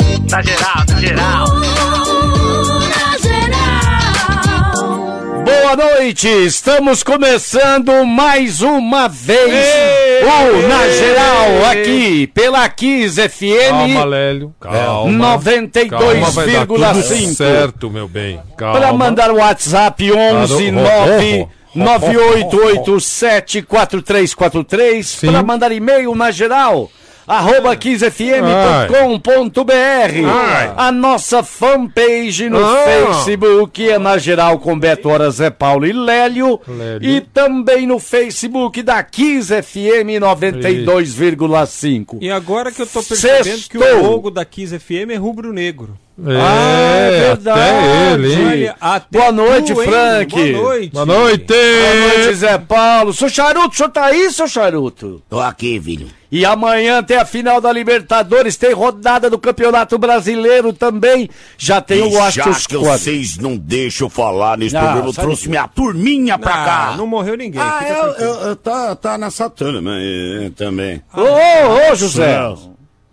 Na Tá geral, na geral. Boa noite, estamos começando mais uma vez o Na Geral aqui pela Kiss Calma, FM Lélio. Calma. Calma, vai dar tudo 92,5. certo, meu bem. Calma. Para mandar o WhatsApp 11 9 98874343 para mandar e-mail na geral arroba 15fm.com.br Ai. a nossa fanpage no Ah. Facebook é na geral com Beto Hora, Zé Paulo e Lélio, Lélio. e também no Facebook da 15fm 92,5 E agora que eu tô percebendo que Sextou. o logo da Kiss FM é rubro-negro. Ah, É, verdade. Até ele, hein? Olha, até Boa noite, hein? Frank. Boa noite. Boa noite. Boa noite, Zé Paulo. Seu Charuto, o senhor tá aí, seu Charuto? Tô aqui, filho. E amanhã tem a final da Libertadores, tem rodada do Campeonato Brasileiro também. Já tem o e já Astros que 4. vocês não deixam eu falar nesse Não, programa, eu sai trouxe daqui. minha turminha pra cá. Ah, não morreu ninguém. Ah, fica eu, tranquilo. eu- eu- Ah, tá, tá nessa turma aí, também. Ah, Ô, eh, ô, ô, José.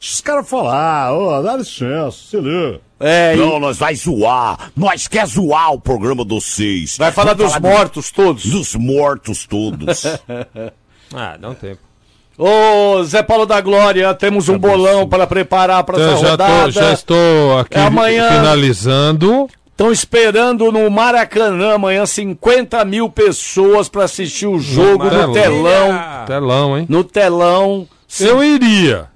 Os caras falar, ô, dá licença, se liga. É, e Não, nós vai zoar. Nós quer zoar o programa de vocês. vai falar Vamos dos mortos todos. Dos mortos todos. Ah, dá um tempo. Ô, Zé Paulo da Glória, temos um bolão para preparar para essa Então, já, tô, já rodada. estou aqui É amanhã. finalizando. Estão esperando no Maracanã amanhã 50 mil pessoas para assistir o jogo no Maracanã. telão. Telão, hein? No telão. Eu iria.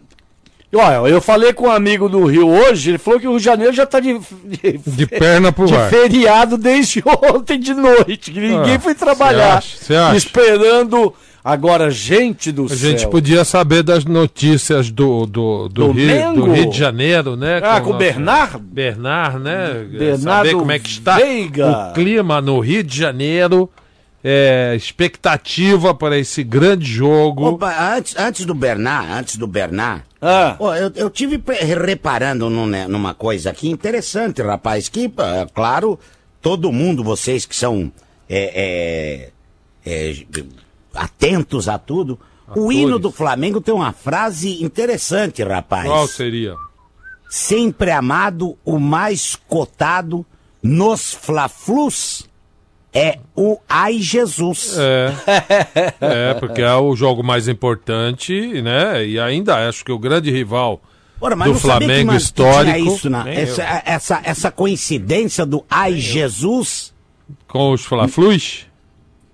Olha, eu falei com um amigo do Rio hoje, ele falou que o Rio de Janeiro já tá de, de, De perna pro de ar. feriado desde ontem de noite, que ninguém Ah, foi trabalhar. cê acha, cê acha? Esperando. Agora, gente do A céu. gente podia saber das notícias do, do, do, Do Rio, do Mengo? Rio de Janeiro, né? Ah, com o nosso- Bernardo? Bernard, né? Bernardo Saber como é que está Veiga. o clima no Rio de Janeiro. É, expectativa para esse grande jogo. Opa, antes, antes do Bernard, antes do Bernard. Ah. Ó, eu, eu tive pe- reparando num ne- numa coisa aqui interessante, rapaz, que, é, claro, todo mundo, vocês que são é, é, é, atentos a tudo, o todos. hino do Flamengo tem uma frase interessante, rapaz. Qual seria? Sempre amado, o mais cotado nos Fla-Flus é o Ai Jesus. É. é, porque é o jogo mais importante, né? E ainda acho que o grande rival Ora, do não sabia Flamengo que, mano, que tinha histórico isso na- Nem essa, essa, essa coincidência do Ai Jesus. com os Fla-Flus.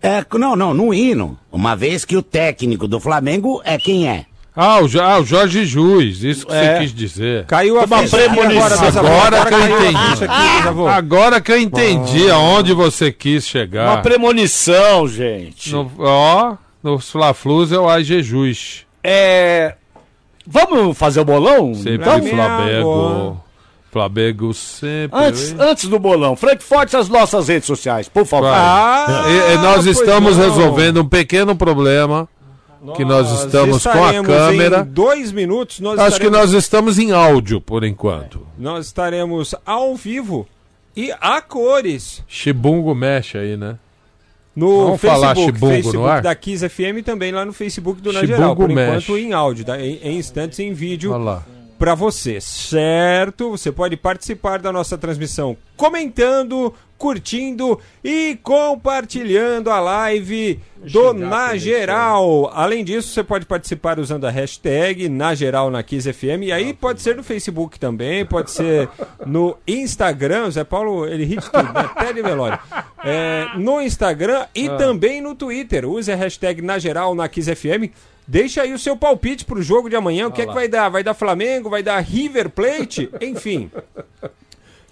É, não, não, no hino. Uma vez que o técnico do Flamengo é quem é? Ah, o, Jo- ah, o Jorge Jus, isso que você quis dizer. Caiu a ficha aqui premonição. Agora, Agora que eu entendi. Ah, Isso aqui, Zavô. Agora que eu entendi aonde você quis chegar. Uma premonição, gente. Ah. No, ó, nos Fla-Flus é o Ai Jesus. É. Vamos fazer o bolão? Então, Sempre Pra mim é agora. Flamengo. Flamengo sempre. Antes, antes do bolão, Frank Forte, as nossas redes sociais, por favor. Vai. E- e nós pois estamos não. resolvendo um pequeno problema que nós estamos com a estaremos câmera. Em dois minutos nós Acho que estaremos, nós estamos em áudio por enquanto. nós estaremos ao vivo e a cores Chibungo mexe aí, né? no Vamos Facebook, falar chibungo no Facebook ar? da Kiss FM e também lá no Facebook do Na Chibungo Geral, por mexe. enquanto em áudio, tá? em, em instantes em vídeo. Olha lá. para você, certo? Você pode participar da nossa transmissão comentando, curtindo e compartilhando a live do Na Geral. Além disso, você pode participar usando a hashtag Na Geral na Kiss FM e aí pode ser no Facebook também, pode ser no Instagram. O Zé Paulo, ele ri de tudo, né? até de velório. É, no Instagram e Ah. também no Twitter. Use a hashtag Na Geral na Kiss FM. Deixa aí o seu palpite pro jogo de amanhã. O que é que vai dar? Vai dar Flamengo? Vai dar River Plate? Enfim.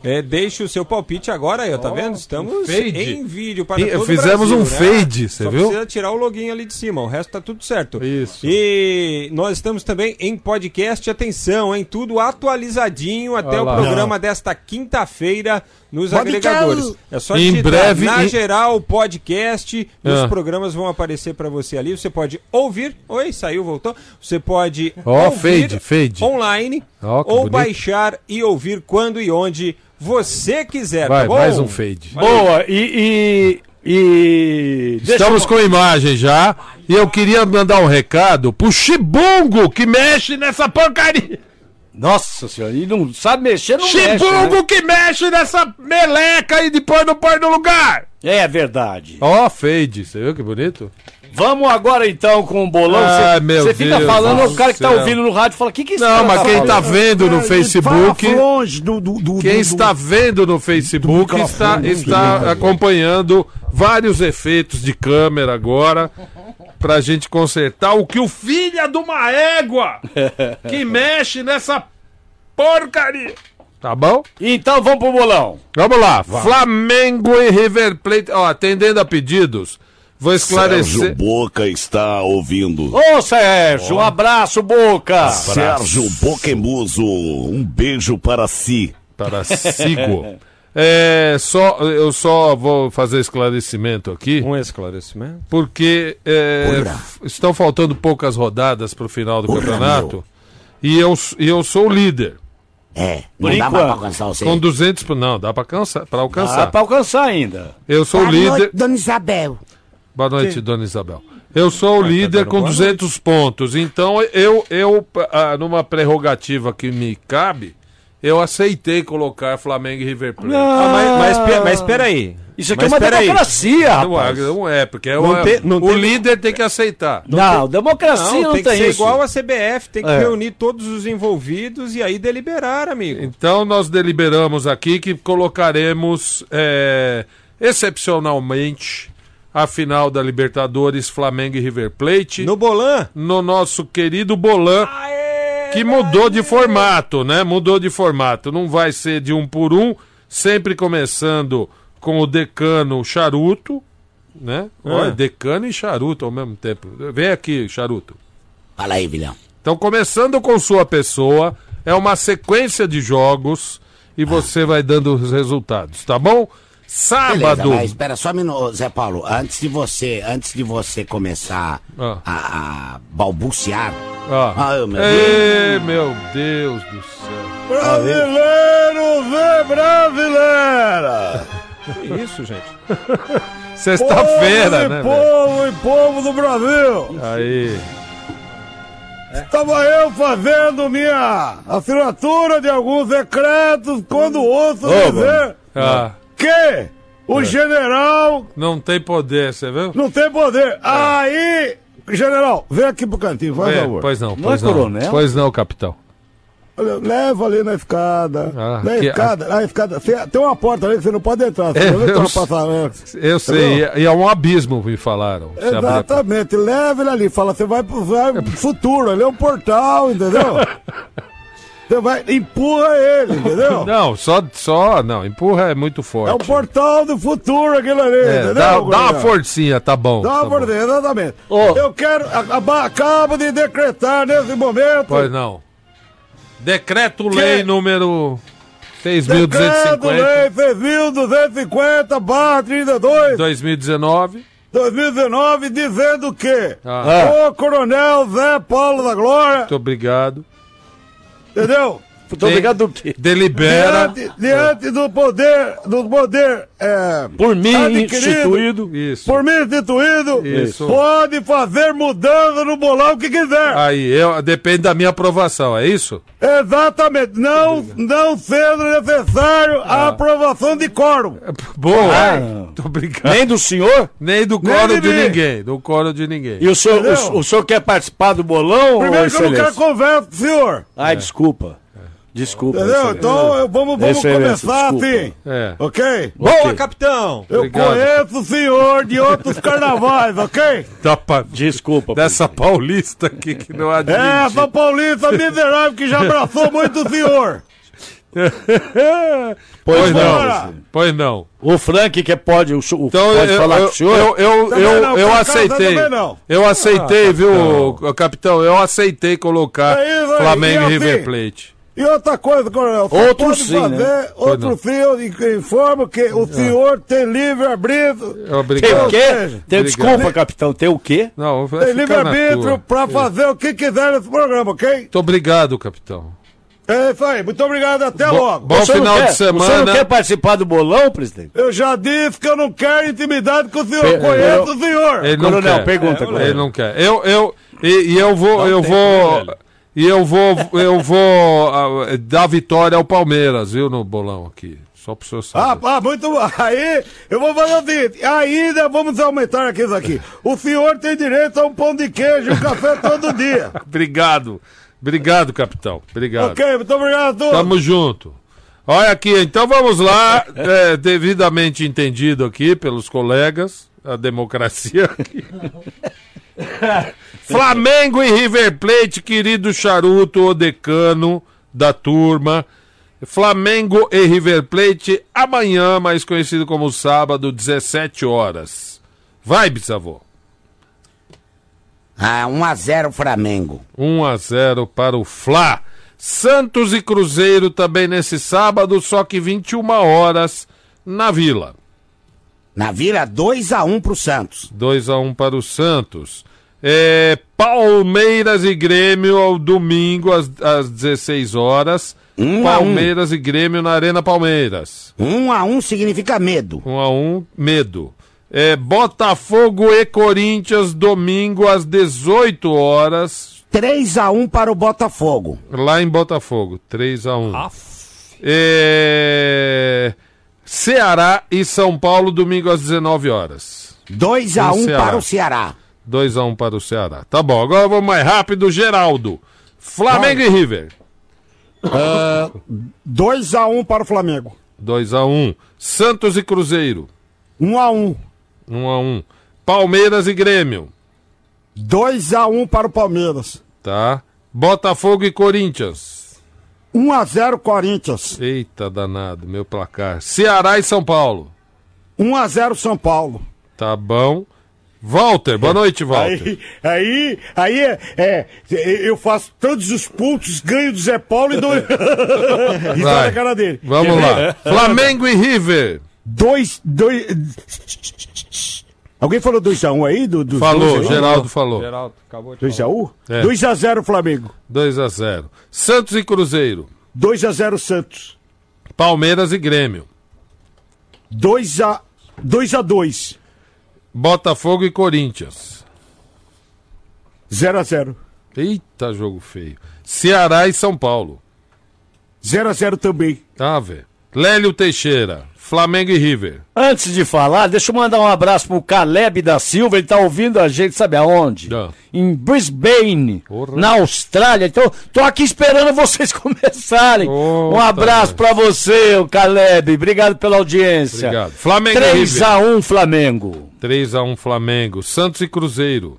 É, deixa o seu palpite agora aí, ó, tá vendo? Estamos um fade. em vídeo para E- todo o fizemos Brasil, um né? fade, você Só viu? precisa tirar o login ali de cima, o resto tá tudo certo. Isso. E nós estamos também em podcast, atenção, hein? Tudo atualizadinho até Olha o lá. programa desta quinta-feira nos Podcast. agregadores. É só Em digitar breve, na em- geral podcast e Ah. os programas vão aparecer pra você ali. Você pode ouvir. Oi, saiu, voltou. Você pode Ó, ouvir fade, fade. online Ó, que ou bonito. baixar e ouvir quando e onde você quiser. Vai, tá bom? mais um fade. Boa, e. e, e... deixa Estamos com imagem já. E eu queria mandar um recado pro Chibungo que mexe nessa porcaria. Nossa senhora, e não né? sabe mexer no Chibungo que mexe nessa meleca e depois não põe no lugar! É verdade. Ó, fade, você viu que bonito? Vamos agora então com o bolão. Ai, Você- Ah, meu Você fica Deus falando, do o cara que tá céu. ouvindo no rádio fala: o que que esse Não, cara mas tá quem tá falando?" vendo no Facebook. Fala longe do. do, do Quem do- está vendo no Facebook está, está acompanhando vários efeitos de câmera agora pra gente consertar o que o filho de uma égua que mexe nessa porcaria. Tá bom? Então vamos pro bolão. Vamos lá. Flamengo e River Plate. Ó, atendendo a pedidos, vou esclarecer. Sérgio Boca está ouvindo. Ô Sérgio, um abraço, boca. Sérgio Boquemuso, um beijo para si. Para sigo. É, só, eu só vou fazer esclarecimento aqui. Um esclarecimento. porque é, Ora. f- estão faltando poucas rodadas para o final do Ora, campeonato e eu, s- e eu sou o líder É, não dá mais Por enquanto. pra alcançar você. com 200 pro- não dá para alcançar para Dá alcançar pra alcançar ainda. eu sou Boa o líder noite, Dona Isabel. boa noite dona Isabel eu sou o líder Tá, dando com boa 200 pontos então eu eu ah, numa prerrogativa que me cabe eu aceitei colocar Flamengo e River Plate Ah, mas, mas, pe- mas peraí. Isso aqui mas é uma peraí. democracia, Não é, rapaz. não é, porque é Não o- tem- não o tem- líder tem que aceitar. Não, democracia Não, não, tem tem, que ser isso. igual a CBF, tem que É. reunir todos os envolvidos e aí deliberar, amigo. Então nós deliberamos aqui que colocaremos eh, excepcionalmente a final da Libertadores Flamengo e River Plate No no, Bolan. nosso querido Bolan que mudou de formato, né? Mudou de formato. Não vai ser de um por um, sempre começando com o decano Charuto, né? É. Olha, decano e Charuto ao mesmo tempo. Vem É aqui, Charuto. Fala aí, Vilhão. Então, começando com sua pessoa, é uma sequência de jogos e você vai dando os resultados, tá bom? Beleza, Sábado. mas espera só um minuto, Zé Paulo. Antes de você, antes de você começar Ah. a, a balbuciar, Ah. Ah, meu Ê, É, meu Deus do céu. Brasileiro vê brasileira! Que isso, gente? Sexta-feira, né? Povo e velho? povo e povo do Brasil! Aí. Estava eu fazendo minha assinatura de alguns decretos quando ouço dizer Ah, que o general não tem poder, você viu? não tem poder. Aí, general, vem aqui pro cantinho, faz É, favor. pois não, Não pois é não. coronel? Pois não, capitão. Olha, Leva ali na escada. Ah, na que- escada, na escada. Cê- tem uma porta ali que você não pode entrar. Você É, não entra eu na sei. passarela. Eu sei, e e é um abismo, me falaram. se abrir a porta. Exatamente, leva ele ali, fala, você vai pro vai pro futuro, ele é um portal, entendeu? Você vai, empurra ele, entendeu? um Não, só, só, não, empurra é muito forte. É um portal do futuro aquilo ali, É, entendeu? dá, dá uma Guardião? forcinha, tá bom. Dá tá uma bom. força, exatamente. Ô. Eu quero, a- a- acabo de decretar nesse momento, Pois não. Decreto-lei Que- número decreto 6.250, lei 6.250 barra 32, 2019. 2019, dizendo que Ah, o coronel Zé Paulo da Glória, Muito obrigado. entendeu? Muito obrigado do quê? Delibera. Diante, diante do poder, do poder é, Por mim, Adquirido. instituído. Isso. por mim instituído, Isso. pode fazer mudança no bolão que quiser. Ah. Aí, eu, depende da minha aprovação, é isso? Exatamente. Não, não sendo necessário a aprovação de quórum. Boa. Ah. Muito obrigado. Nem do senhor? Nem do coro Nem de de mim. ninguém. Do coro de ninguém. E o senhor, Entendeu? o, o senhor quer participar do bolão? Primeiro ô, que eu não quero excelência? conversa, com o senhor. Ai, desculpa. É. Desculpa. Entendeu? excelência. Então eu- vamos, vamos Excelência, começar desculpa. assim. É. Ok? Boa, capitão! Eu Obrigado. conheço o senhor de outros carnavais, ok? Da pa- Desculpa. Dessa paulista aqui que não admite. É, essa paulista miserável que já abraçou muito o senhor. pois Vambora. não. Pois não. O Frank que pode, o, su- o- Então, pode eu, falar eu, com o senhor? eu, eu, Também eu- não, eu pra casa aceitei. também não. Eu Ah, tá aceitei, viu, capitão. Eu aceitei colocar É isso aí, Flamengo e e assim? River Plate. E outra coisa, coronel, você Outro pode sim, fazer, né? outro sim, eu in- informo que o senhor tem livre-arbítrio, Tem Ah. É, Obrigado. o quê? Obrigado. Tem, desculpa, capitão. Tem o quê? Não, vai tem ficar na livre-arbítrio tua. É. pra fazer o que quiser nesse programa, ok? Muito obrigado, capitão. É isso aí, muito obrigado, até Bo- logo. bom O senhor não final quer- de O senhor semana. não quer participar do bolão, presidente? Eu já disse que eu não quero intimidade com o senhor, Pe- conheço eu- o senhor. Ele não Coronel, quer. pergunta, Ele coronel. um né, não quer. Eu, eu, e, e eu vou, eu vou, E eu vou, eu vou ah, dar vitória ao Palmeiras, viu, no bolão aqui. Só pro senhor Ah, saber. pá, muito bom. Aí, eu vou falar o seguinte, ainda vamos aumentar aqui isso aqui. O senhor tem direito a um pão de queijo e um café todo dia. Obrigado. Obrigado, capitão. Obrigado. ok, muito obrigado. Tamo junto. Olha aqui, então vamos lá, é, devidamente entendido aqui pelos colegas, a democracia. aqui. Flamengo e River Plate, querido charuto, o decano da turma. Flamengo e River Plate amanhã, mais conhecido como sábado, 17 horas. Vai, bisavô. Ah, 1x0 Flamengo. 1 a 0 para o Fla. Santos e Cruzeiro também nesse sábado, só que 21 horas na Vila. Na Vila, 2x1 pro Santos. 2 a 1 para o Santos. É, Palmeiras e Grêmio ao domingo às, às 16 horas. Um a um. Palmeiras e Grêmio na Arena Palmeiras. 1x1 significa medo. 1 a 1, medo. É, Botafogo e Corinthians domingo às 18 horas 3x1 para o Botafogo. lá em Botafogo. 3 a 1. Aff. É... Ceará e São Paulo, domingo às 19 horas. 2x1 E Ceará? para o Ceará. 2x1 para o Ceará. Tá bom, agora vamos mais rápido, Geraldo. Flamengo e River. Ah, 2x1 para o Flamengo. 2x1. Santos e Cruzeiro. 1x1. 1x1. Palmeiras e Grêmio. 2x1 para o Palmeiras. Tá. Botafogo e Corinthians. 1x0 Corinthians. Eita danado, meu placar. Ceará e São Paulo. 1x0 São Paulo. Tá bom. Walter, boa noite, Walter. Aí, aí, aí é, é, eu faço todos os pontos, ganho do Zé Paulo e dou risada Vai. na cara dele. Vamos lá. Flamengo e River. Dois, dois. Alguém falou 2x1 aí? Do, do, Falou, dois a um? Geraldo falou. Geraldo, acabou de 2x1? É. 2x0 Flamengo. 2 a 0. Santos e Cruzeiro, 2x0 Santos. Palmeiras e Grêmio, 2x2. 2x2. Botafogo e Corinthians. 0x0. Eita, jogo feio. Ceará e São Paulo. 0x0 também. Ave. Lélio Teixeira, Flamengo e River. Antes de falar, deixa eu mandar um abraço pro Caleb da Silva, ele tá ouvindo a gente, sabe aonde? Não. Em Brisbane, Porra. na Austrália. Então, tô aqui esperando vocês começarem. Ô, um abraço pra você, o Caleb. Obrigado pela audiência. Obrigado. Flamengo e 3 River. a 1 Flamengo. 3 a 1 Flamengo, Santos e Cruzeiro,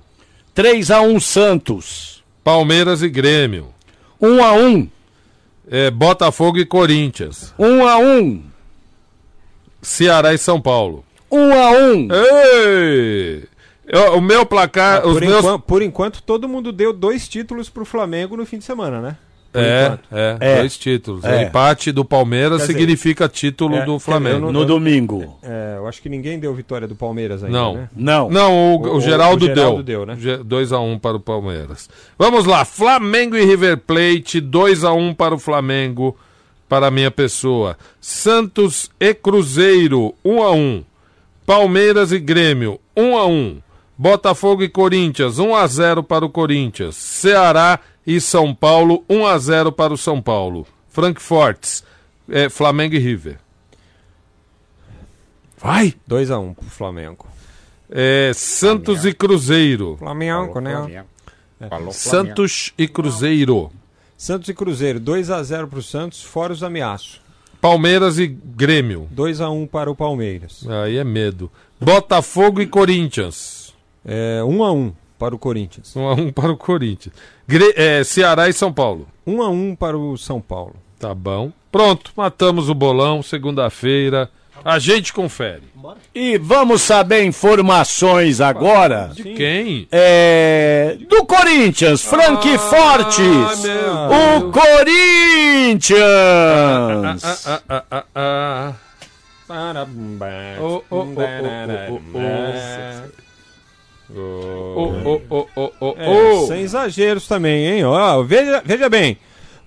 3 a 1 Santos. Palmeiras e Grêmio, 1 a 1. é, Botafogo e Corinthians, 1 a 1. Ceará e São Paulo. 1 a 1. Ei! Eu- o meu placar, os Por, meus enquan- por enquanto, todo mundo deu dois títulos pro Flamengo no fim de semana, né? Por É, enquanto. é, É. dois títulos. É. O empate do Palmeiras Quer dizer, significa título é, do quer Flamengo. dizer, eu No domingo. É, eu acho que ninguém deu vitória do Palmeiras ainda, Não. né? Não. Não, o, O- o Geraldo, o Geraldo deu. deu, né? 2x1 para o Palmeiras. Vamos lá, Flamengo e River Plate, 2x1 para o Flamengo, para a minha pessoa. Santos e Cruzeiro, 1x1. Palmeiras e Grêmio, 1x1. Botafogo e Corinthians, 1x0 para o Corinthians. Ceará e São Paulo, 1x0 para o São Paulo. Frankfurts, eh, Flamengo e River. Vai! 2x1 pro Flamengo. É, Santos e Cruzeiro. Flamengo, né? Santos e Cruzeiro. Santos e Cruzeiro, 2x0 pro Santos, fora os ameaços. Palmeiras e Grêmio. 2x1 para o Palmeiras. Aí é medo. Botafogo e Corinthians. É, 1x1 para o Corinthians. 1 a 1 para o Corinthians. Gre- é, Ceará e São Paulo. 1x1 para o São Paulo. Tá bom. Pronto, matamos o bolão, segunda-feira. A gente confere. E vamos saber informações agora. De quem? É, do Corinthians, Frank Ah, Fortes. meu O Corinthians! Ah, ah, ah, ah. Oh, oh, oh, oh, oh, oh, oh, oh, oh, oh, oh, É, oh. Sem exageros também, hein? Ó, veja, veja bem.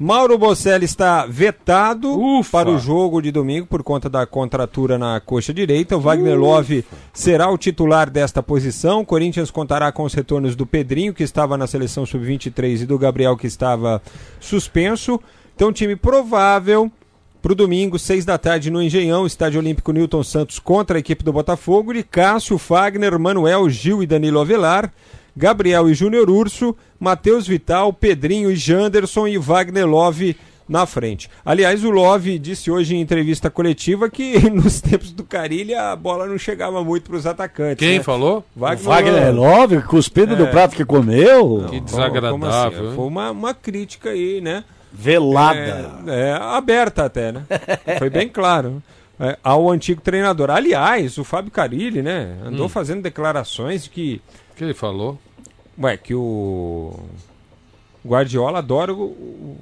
Mauro Bocelli está vetado Ufa. para o jogo de domingo por conta da contratura na coxa direita. O Wagner Love será o titular desta posição. O Corinthians contará com os retornos do Pedrinho, que estava na seleção sub-23, e do Gabriel, que estava suspenso. Então, time provável para o domingo, seis da tarde, no Engenhão, Estádio Olímpico Newton Santos contra a equipe do Botafogo, de Cássio, Fagner, Manuel, Gil e Danilo Avelar, Gabriel e Júnior Urso, Matheus Vital, Pedrinho e Janderson e Wagner Love na frente. Aliás, o Love disse hoje em entrevista coletiva que nos tempos do Carilha a bola não chegava muito para os atacantes. Quem né? falou? Wagner, Wagner Love, cuspido É. do prato que comeu. Que Como assim? desagradável. hein? Foi uma, uma crítica aí, né? Velada. É, é, aberta até, né? Foi bem claro. É, ao antigo treinador. Aliás, o Fábio Carilli, né? Andou fazendo declarações de que. Hum. que ele falou? Ué, que o. Guardiola adora o, o- o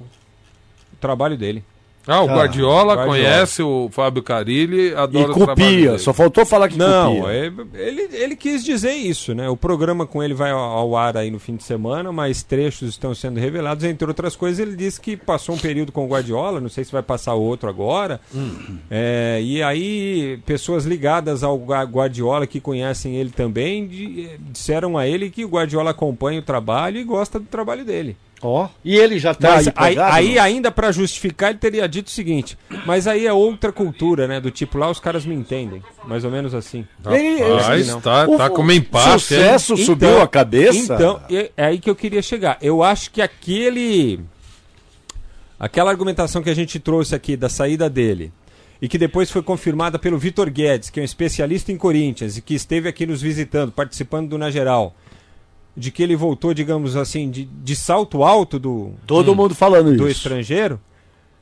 trabalho dele. Ah, o Guardiola, Guardiola. conhece o Fábio Carilli, E adora o trabalho copia, dele. só faltou falar que Não, copia. é- ele, ele quis dizer isso, né? O programa com ele vai ao, ao ar aí no fim de semana, mas trechos estão sendo revelados. Entre outras coisas, ele disse que passou um período com o Guardiola, não sei se vai passar outro agora. Hum. É, e aí, pessoas ligadas ao Gua- Guardiola, que conhecem ele também, di- eh, disseram a ele que o Guardiola acompanha o trabalho e gosta do trabalho dele. Ó. E ele já tá Mas aí, empregado, aí não? ainda para justificar, ele teria dito o seguinte: mas aí é outra cultura, né? Do tipo, lá os caras me entendem. Mais ou menos assim. Ele- Rapaz, ele- tá- tá com um empate, Sucesso Então, subiu a cabeça. Então, é, é aí que eu queria chegar. Eu acho que aquele. Aquela argumentação que a gente trouxe aqui da saída dele. E que depois foi confirmada pelo Vitor Guedes, que é um especialista em Corinthians e que esteve aqui nos visitando, participando do Na Geral. De que ele voltou, digamos assim, de, de salto alto do, hum, todo mundo falando do isso. estrangeiro.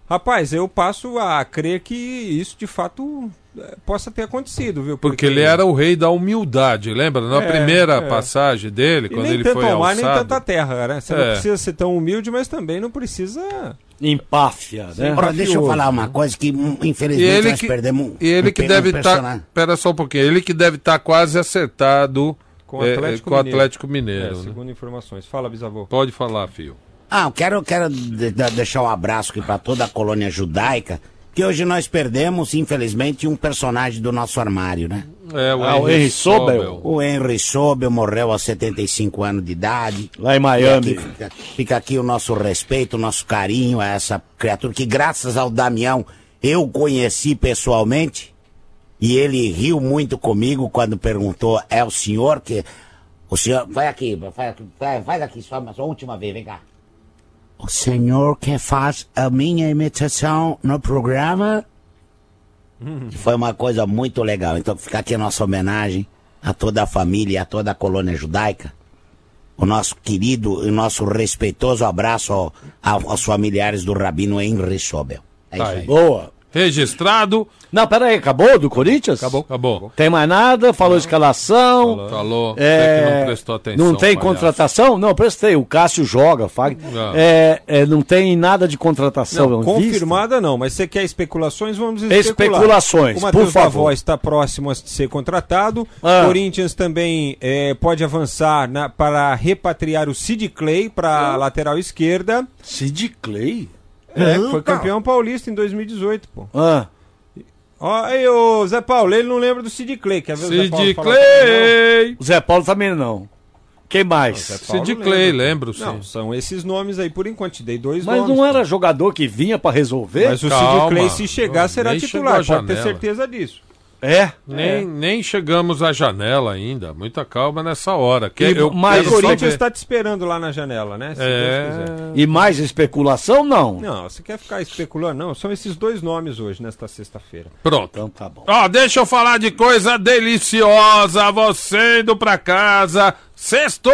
Rapaz, eu passo a crer que isso de fato eh, possa ter acontecido, viu? Porque ele era o rei da humildade, lembra? Na É, primeira é. passagem dele, E quando nem ele tanto foi ao mar, alçado. nem tanto à terra, né? Você não É. precisa ser tão humilde, mas também não precisa. Empáfia, né? Ora, deixa eu Mafioso. falar uma coisa que, hum, E infelizmente, ele nós que, perdemos um- e ele que perdemos um deve estar. personagem. pera só um pouquinho. Ele que deve estar quase acertado Com o eh, Atlético com o Mineiro. Atlético É, Mineiro. né? segundo informações. Fala, bisavô. Pode falar, filho. Ah, eu quero, eu quero de- de- deixar um abraço aqui para toda a colônia judaica, que hoje nós perdemos, infelizmente, um personagem do nosso armário, né? É, o Ah, o Henry Henry Sobel. O Henry Sobel morreu aos 75 anos de idade. Lá em Aqui Miami. fica, fica aqui o nosso respeito, o nosso carinho a essa criatura que, graças ao Damião, eu conheci pessoalmente. E ele riu muito comigo quando perguntou: é o senhor que. O senhor. Vai aqui, vai aqui, vai- vai aqui só uma só uma última vez, vem cá. O senhor que faz a minha imitação no programa? Foi uma coisa muito legal. Então, fica aqui a nossa homenagem a toda a família, e a toda a colônia judaica. O nosso querido e nosso respeitoso abraço ao- ao- aos familiares do Rabino Henry Sobel. É isso aí. Boa. Registrado. Não, pera aí, acabou do Corinthians? Acabou. Tem mais nada? Falou escalação? Falou. É, Você que não prestou atenção. não tem palhaço. Ah. contratação? Não, prestei. O Cássio joga, Fag. Não. É, é, não tem nada de contratação. é Não, um visto? confirmada não, mas você quer especulações, vamos especular. Especulações, o Matheus por favor. Davó está próximo a ser contratado. Ah. O Corinthians também eh, pode avançar na- para repatriar o Sid Clay para Ah. a lateral esquerda. Sid Clay? É, Ah, que foi campeão paulista em 2018, pô. Ah, Ó, aí, ô Zé Paulo, ele não lembra do Sid Clay, quer ver o Zé Paulo Sid falar também, Clay. o Zé Paulo também não. Quem mais? Zé Paulo Sid Clay, lembra. lembro, sim. não? Não, são esses nomes aí por enquanto, te dei dois Mas nomes. não era jogador que vinha pra resolver? Mas o Sid Calma. Clay, se chegar, Não, será nem titular, chegou a pode ter janela. certeza disso. É. Nem, nem chegamos à janela ainda. Muita calma nessa hora. Que E eu mais Mas quero o só Corinthians ver. está te esperando lá na janela, né? Se Deus quiser. É... E mais especulação? Não. Não, você quer ficar especulando? Não, são esses dois nomes hoje, nesta sexta-feira. Pronto. Então tá bom. Ó, deixa eu falar de coisa deliciosa, você indo pra casa, sextou!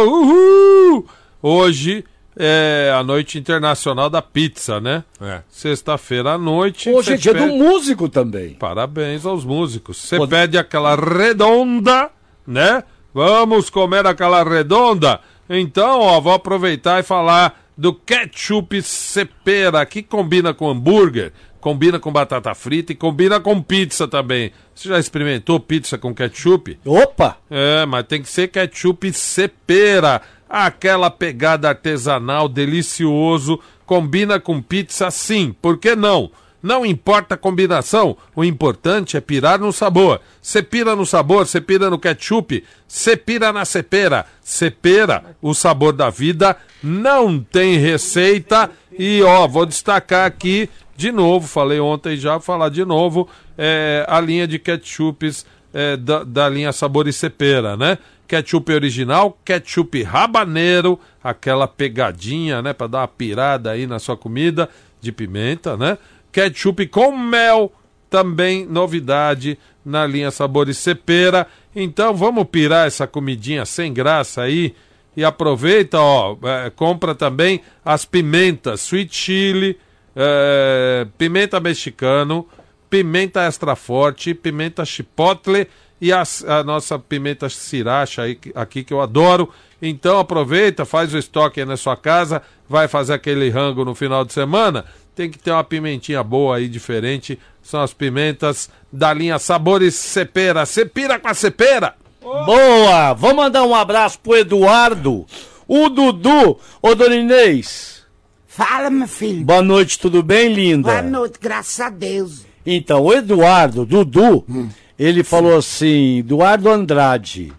Uhul! Hoje é a noite internacional da pizza, né? É. Sexta-feira à noite. Hoje é cê dia do pede- músico também. Parabéns aos músicos. Você Pô- pede aquela redonda, né? Vamos comer aquela redonda? Então, ó, vou aproveitar e falar do ketchup cepera, que combina com hambúrguer, combina com batata frita e combina com pizza também. Você já experimentou pizza com ketchup? Opa! É, mas tem que ser ketchup cepera. Aquela pegada artesanal, delicioso, combina com pizza sim, por que não? Não importa a combinação, o importante é pirar no sabor. Você pira no sabor, você pira no ketchup, você pira na cepera. Cepera, o sabor da vida, não tem receita. E ó, vou destacar aqui de novo, falei ontem já, vou falar de novo, é, a linha de ketchups é, da, da linha Sabor e Cepera, né? Ketchup original, ketchup rabaneiro, aquela pegadinha, né? Pra dar uma pirada aí na sua comida, de pimenta, né? Ketchup com mel, também novidade na linha Sabor e Cepera. Então vamos pirar essa comidinha sem graça aí. E aproveita, ó, é, compra também as pimentas, sweet chili, é, pimenta mexicano, pimenta extra forte, pimenta chipotle e as- a, nossa pimenta sriracha aí, que- aqui que eu adoro. Então aproveita, faz o estoque aí na sua casa, vai fazer aquele rango no final de semana. Tem que ter uma pimentinha boa aí, diferente. São as pimentas da linha Sabores Cepera. Cepira com a Cepera! Boa! Vou mandar um abraço pro Eduardo, o Dudu, ô Dona Inês. Fala, meu filho. Boa noite, tudo bem, linda? Boa noite, graças a Deus. Então, o Eduardo, Dudu, Hum. ele falou assim: Eduardo Andrade,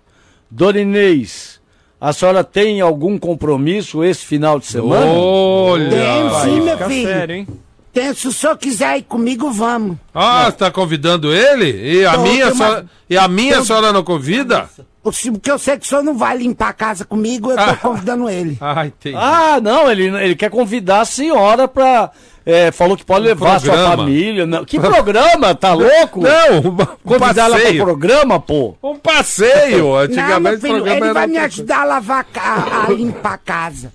Dona Inês, a senhora tem algum compromisso esse final de semana? Tem Olha! sim, meu Fica filho. sério, hein? Tem, se o senhor quiser ir comigo, vamos. Ah, você tá convidando ele? E a Então, minha, tem uma- senhora- e a minha senhora não convida? O se- Porque eu sei que o senhor não vai limpar a casa comigo, eu Ah. tô convidando ele. Ai, tem. Ah, não, ele, ele quer convidar a senhora pra. é, falou que pode levar a sua Um programa. família. Não, que programa? Tá louco? Não, um, um Convidar ela pro passeio. programa, pô. Um passeio. Não, meu Antigamente o filho, programa ele era. vai me ajudar a lavar a ca- a, a limpar a casa.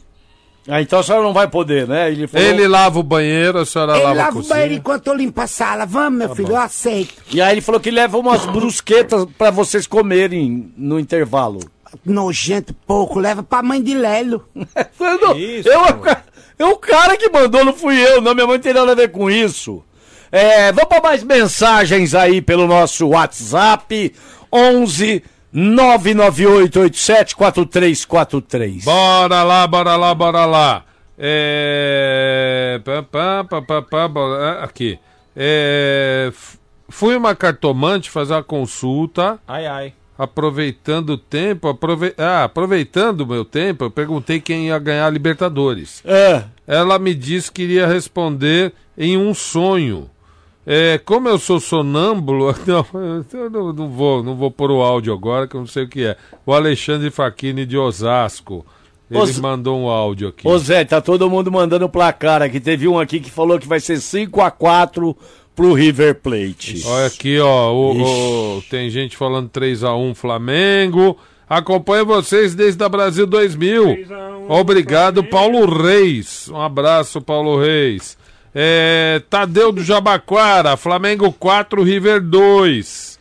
Ah, então a senhora não vai poder, né? Ele falou. Ele lava o banheiro, a senhora Ele lava a lava o cozinha. banheiro enquanto eu limpo a sala. Vamos, Tá meu filho, eu aceito. E aí ele falou que leva umas brusquetas pra vocês comerem no intervalo. Nojento pouco, leva pra mãe de Lélio. Fernando, Isso, eu, mano. eu, o cara que mandou, não fui eu, não. Minha mãe não tem nada a ver com isso. É, vamos para mais mensagens aí pelo nosso WhatsApp: 11 998874343. Bora lá, bora lá, bora lá. É... pá, pá, pá, pá, pá, bora- ah, Aqui. É, f- Fui uma cartomante fazer uma consulta. Ai, ai. Aproveitando o tempo, aprove... ah, aproveitando o meu tempo, eu perguntei quem ia ganhar a Libertadores. É. Ela me disse que iria responder em um sonho. É, como eu sou sonâmbulo, não, eu não, não vou, não vou pôr o áudio agora, que eu não sei o que é. O Alexandre Faquini de Osasco. Ele Os- mandou um áudio aqui. Ô Zé, tá todo mundo mandando placar aqui. Teve um aqui que falou que vai ser 5x4 pro River Plate. Olha aqui, ó. o- o- tem gente falando 3x1 Flamengo. Acompanho vocês desde a Brasil 2000. Obrigado, Paulo Reis. Um abraço, Paulo Reis. É, Tadeu do Jabaquara, Flamengo 4, River 2.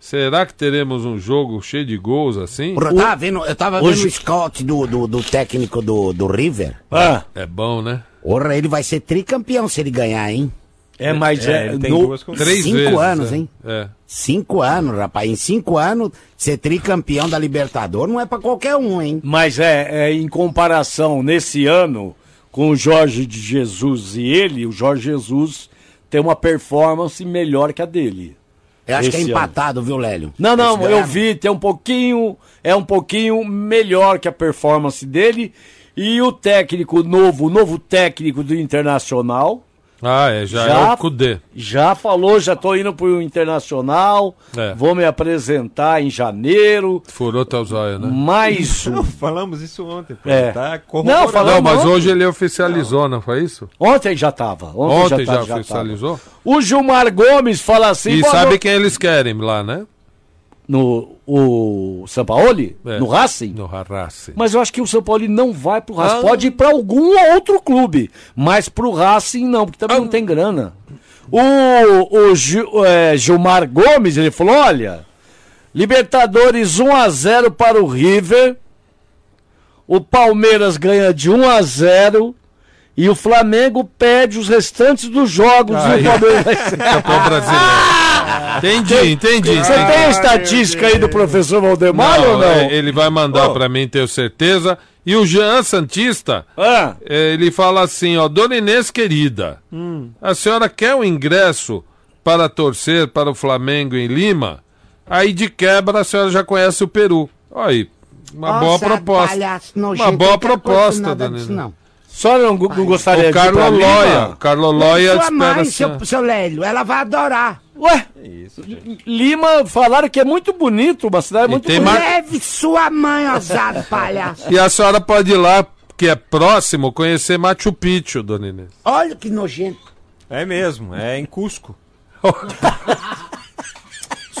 Será que teremos um jogo cheio de gols assim? Eu tava tá vendo, eu tava Hoje- vendo o Scott do, do, do técnico do, do River. Ah, É bom, né? Ora, ele vai ser tricampeão se ele ganhar, hein? é, mas É, é. ele tem no- duas com... Três Cinco vezes, anos, né? hein? É. Cinco anos, rapaz. Em cinco anos, ser tricampeão da Libertadores não é pra qualquer um, hein? Mas é, é, em comparação nesse ano com o Jorge de Jesus e ele, o Jorge Jesus tem uma performance melhor que a dele. Eu acho que é Esse empatado, viu, Lélio? Não, Eles não, eu ganharam. vi, tem um pouquinho, é um pouquinho melhor que a performance dele. E o técnico novo, o novo técnico do Internacional, Ah, é, já, é o Cudê. já falou, já tô indo pro Internacional, É. vou me apresentar em janeiro, Furou teu zóio, né? mais um. Falamos isso ontem. Pô. É. Tá Não, falamos- Não, mas ontem. hoje ele oficializou, não foi isso? Ontem já tava, ontem, Ontem já já, tava, já tava. oficializou? O Gilmar Gomes fala assim. E "Boa sabe noite." quem eles querem lá, né? No o Sampaoli? É. No Racing? No Racing. Mas eu acho que o Sampaoli não vai pro Racing. Pode ir pra algum outro clube. Mas pro Racing não, porque também não tem grana. O, o Gil- é, Gilmar Gomes, ele falou: olha, Libertadores 1x0 para o River. O Palmeiras ganha de 1x0. E o Flamengo perde os restantes dos jogos. Aí. E o Palmeiras vai ser. Campeão É brasileiro. Entendi, entendi. Você entendi. tem a estatística aí do professor Valdemar ou Não, não? é, Ele vai mandar pra mim, tenho certeza. E o Jean Santista, Ah, eh, ele fala assim, ó, Dona Inês querida, Hum. a senhora quer um ingresso para torcer para o Flamengo em Lima? Aí de quebra a senhora já conhece o Peru. Olha aí, uma boa proposta. uma boa proposta, Dona Inês. Não. só não, não gostaria O Carlo pra Lima? Loia, Carlo Loia Sua mãe, espera É seu, seu Lélio, ela vai adorar. Ué, Lima falaram que é muito bonito, uma cidade muito tem bonita. Mar- Leve sua mãe, ousado palhaço. E a senhora pode ir lá, que é próximo, conhecer Machu Picchu, Dona Inês. Olha que nojento. É mesmo, é em Cusco.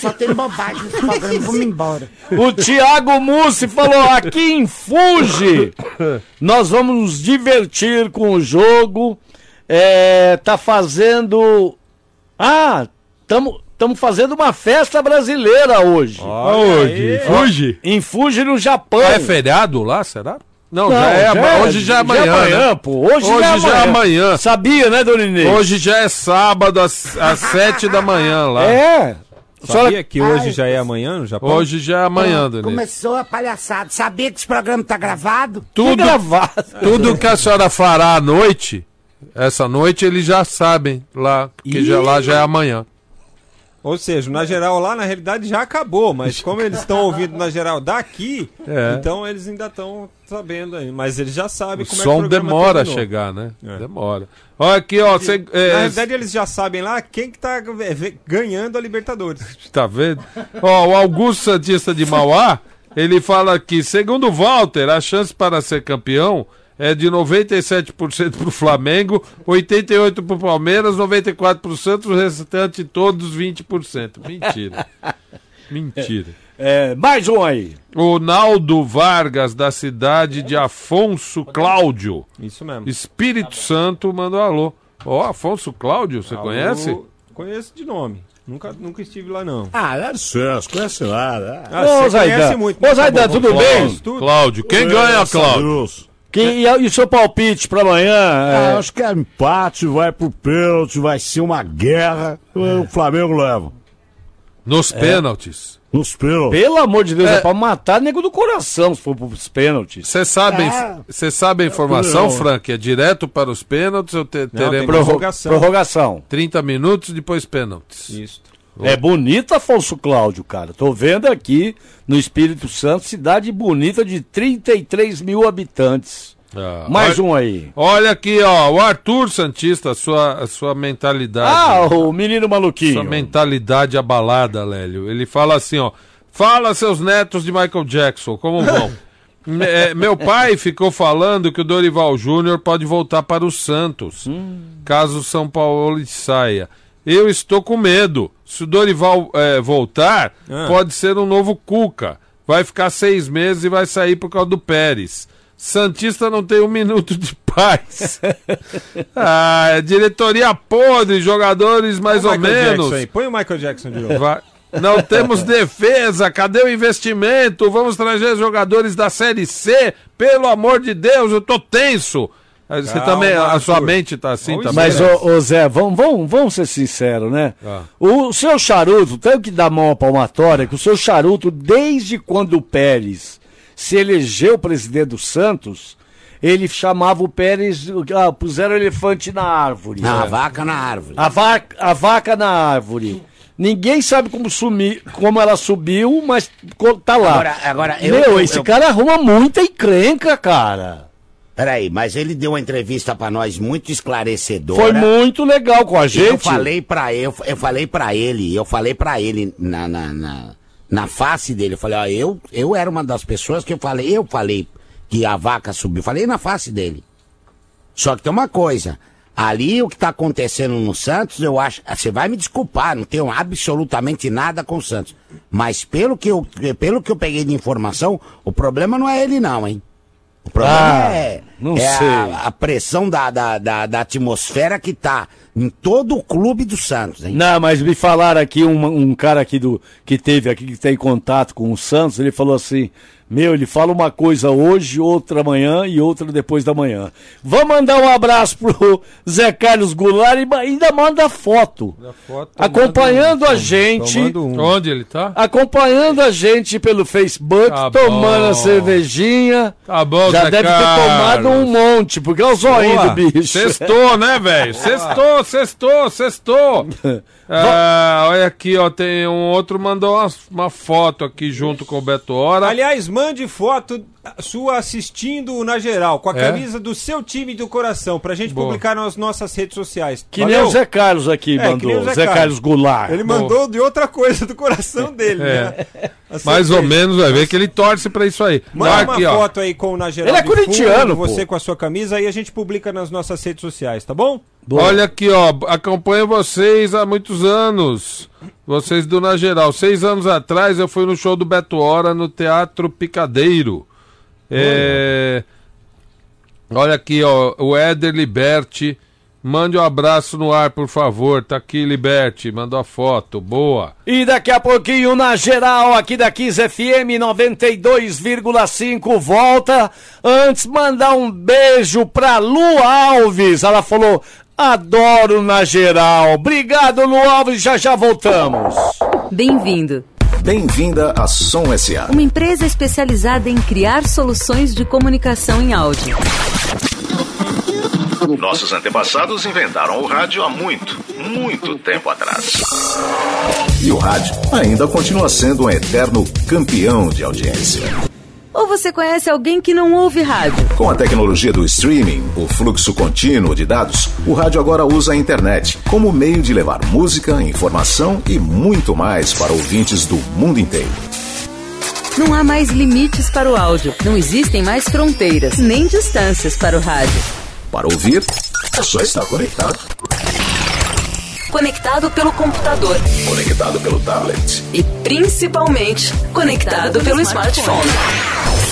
Só tem bobagem nesse programa, vamos embora. O Thiago Mussi falou: aqui em Fuji, nós vamos nos divertir com o jogo. É, tá fazendo. Ah, estamos fazendo uma festa brasileira hoje. Aonde? Fuji? Em Fuji, no Japão. Ah, é feriado lá, será? Não, Não, já é, ama- hoje já é amanhã. né? pô. Hoje, Hoje já, é já é amanhã. Sabia, né, Dona Inês? Hoje já é sábado às, às sete da manhã lá. É. Sabia que hoje Ai, já é amanhã no Japão? Hoje já é Ah, amanhã, Dona Inês. Começou a palhaçada. Sabia que esse programa tá gravado? Tudo Tudo, é gravado. tudo que a senhora fará à noite, essa noite eles já sabem lá, porque já, lá já é amanhã. Ou seja, na geral lá na realidade já acabou, mas como eles estão ouvindo na geral daqui, É. então eles ainda estão sabendo aí, mas eles já sabem O como é que som o programa demora a terminou. É. chegar, né? Demora. Olha aqui, ó. Cê, é, Na realidade eles já sabem lá quem que tá é, ve- ganhando a Libertadores. Tá vendo? Ó, o Augusto Santista de Mauá, ele fala que, segundo Walter, a chance para ser campeão é de 97% pro Flamengo, 88% pro Palmeiras, 94% pro Santos, o restante todos 20%. Mentira. Mentira. É, mais um aí. O Naldo Vargas, da cidade de Afonso Cláudio, Isso mesmo. Espírito Santo, mandou alô. Ó, Afonso Cláudio, você conhece? Eu conheço de nome. Nunca, nunca estive lá não. Ah, é sucesso, conhece lá, né? Ah, Ô, você Zaidan. conhece muito. Ô, mas tá Zaidan, bom, tudo vamos falar bem? isso tudo? Cláudio, quem ganha, Cláudio? Que, e, e o seu palpite pra amanhã? Ah, é, acho que é empate, vai pro pênalti, vai ser uma guerra. É. O Flamengo leva. Nos É. pênaltis. Nos pênaltis. Pelo amor de Deus, É. é pra matar nego do coração se for pros pênaltis. Você sabe, Ah. É. cê sabe a informação, Não. Frank? É direto para os pênaltis ou te- teremos tem- Prorro- Prorrogação. Prorrogação. 30 minutos depois pênaltis? Isso. É bonita Afonso Cláudio, cara. Tô vendo aqui no Espírito Santo, cidade bonita de 33 mil habitantes. Ah, Mais olha, um aí. Olha aqui, ó, o Arthur Santista, a sua, a sua mentalidade. Ah, o menino sua maluquinho. mentalidade abalada, Lélio. Ele fala assim, ó. Fala seus netos de Michael Jackson, como vão? Me- é, meu pai ficou falando que o Dorival Júnior pode voltar para o Santos, caso o São Paulo saia. Eu estou com medo. Se o Dorival é, voltar, Ah. pode ser um novo Cuca. Vai ficar seis meses e vai sair por causa do Pérez. Santista não tem um minuto de paz. ah, diretoria podre, jogadores mais Põe o ou Michael é Jackson menos. aí, Põe o Michael Jackson de novo. Vai- Não temos defesa, cadê o investimento? Vamos trazer jogadores da Série C, pelo amor de Deus, eu tô tenso. Ah, Você Calma, também, a Arthur. sua mente tá assim Olha o também. Mas, né? ô, ô, Zé, vamos, vamos, vamos ser sinceros, né? Ah. O seu charuto, tem que dar mão à palmatória, que o seu charuto, desde quando o Pérez se elegeu presidente do Santos, ele chamava o Pérez, ah, puseram o elefante na árvore. Na vaca na árvore. A, va a vaca na árvore. Ninguém sabe como sumir, como ela subiu, mas co- tá lá. Agora- agora, eu- Meu, eu- esse eu- cara arruma muita encrenca, cara. Peraí, mas ele deu uma entrevista pra nós muito esclarecedora. Foi muito legal com a gente. Eu falei pra eu, eu falei para ele, eu falei pra ele na, na, na, na face dele, eu falei, ó, eu, eu era uma das pessoas que eu falei, eu falei que a vaca subiu, falei na face dele. Só que tem uma coisa, ali o que tá acontecendo no Santos, eu acho, ah, você vai me desculpar, não tenho absolutamente nada com o Santos, mas pelo que eu, pelo que eu peguei de informação, o problema não é ele não, hein? O problema Ah, é, não é sei. A, a pressão da, da, da, da atmosfera que tá em todo o clube do Santos, hein? Não, mas me falaram aqui, um, um cara aqui do que teve aqui, que tem contato com o Santos, ele falou assim: Meu, ele fala uma coisa hoje, outra amanhã e outra depois da manhã. Vamos mandar um abraço pro Zé Carlos Goulart e ma- ainda manda foto. foto, acompanhando a gente, tomando um. Onde ele tá? acompanhando a gente pelo Facebook, Tá tomando bom. a cervejinha. Tá bom, Já Zé deve Carlos. ter tomado um monte, porque é o zoinho Boa. do bicho. Sextou, né, velho? Sextou, sextou, sextou. Ah, olha aqui, ó, tem um outro mandou uma, uma foto aqui junto com o Beto Hora. Aliás, mande foto sua assistindo na geral, com a É? camisa do seu time do coração, pra gente Boa. publicar nas nossas redes sociais. Que nem o Zé Carlos aqui É, que mandou, nem o Zé Zé, Carlos. Carlos Goulart. Ele mandou de outra coisa do coração dele, né? A É. Mais ou cerveja. menos, vai ver que ele torce pra isso aí. Olha Manda aqui, uma ó. foto aí com o na geral. Ele é de fundo, corintiano, pô. Você com a sua camisa e a gente publica nas nossas redes sociais, tá bom? Boa. Olha aqui, ó, acompanho vocês há muitos anos. Vocês do Na Geral. Seis anos atrás eu fui no show do Beto Hora no Teatro Picadeiro. É, Olha aqui, ó, o Éder Liberti. Mande um abraço no ar, por favor. Tá aqui, Liberti. Mandou a foto. Boa. E daqui a pouquinho, na geral, aqui da 15 FM 92,5 volta. Antes, mandar um beijo pra Lu Alves. Ela falou: adoro na geral. Obrigado, Lu Alves. Já já voltamos. Bem-vindo. Bem-vinda à Som SA. Uma empresa especializada em criar soluções de comunicação em áudio. Nossos antepassados inventaram o rádio há muito, muito tempo atrás. E o rádio ainda continua sendo um eterno campeão de audiência. Ou você conhece alguém que não ouve rádio? Com a tecnologia do streaming, o fluxo contínuo de dados, o rádio agora usa a internet como meio de levar música, informação e muito mais para ouvintes do mundo inteiro. Não há mais limites para o áudio. Não existem mais fronteiras, nem distâncias para o rádio. Para ouvir, é só estar conectado. Conectado pelo computador Conectado pelo tablet. e principalmente conectado pelo smartphone.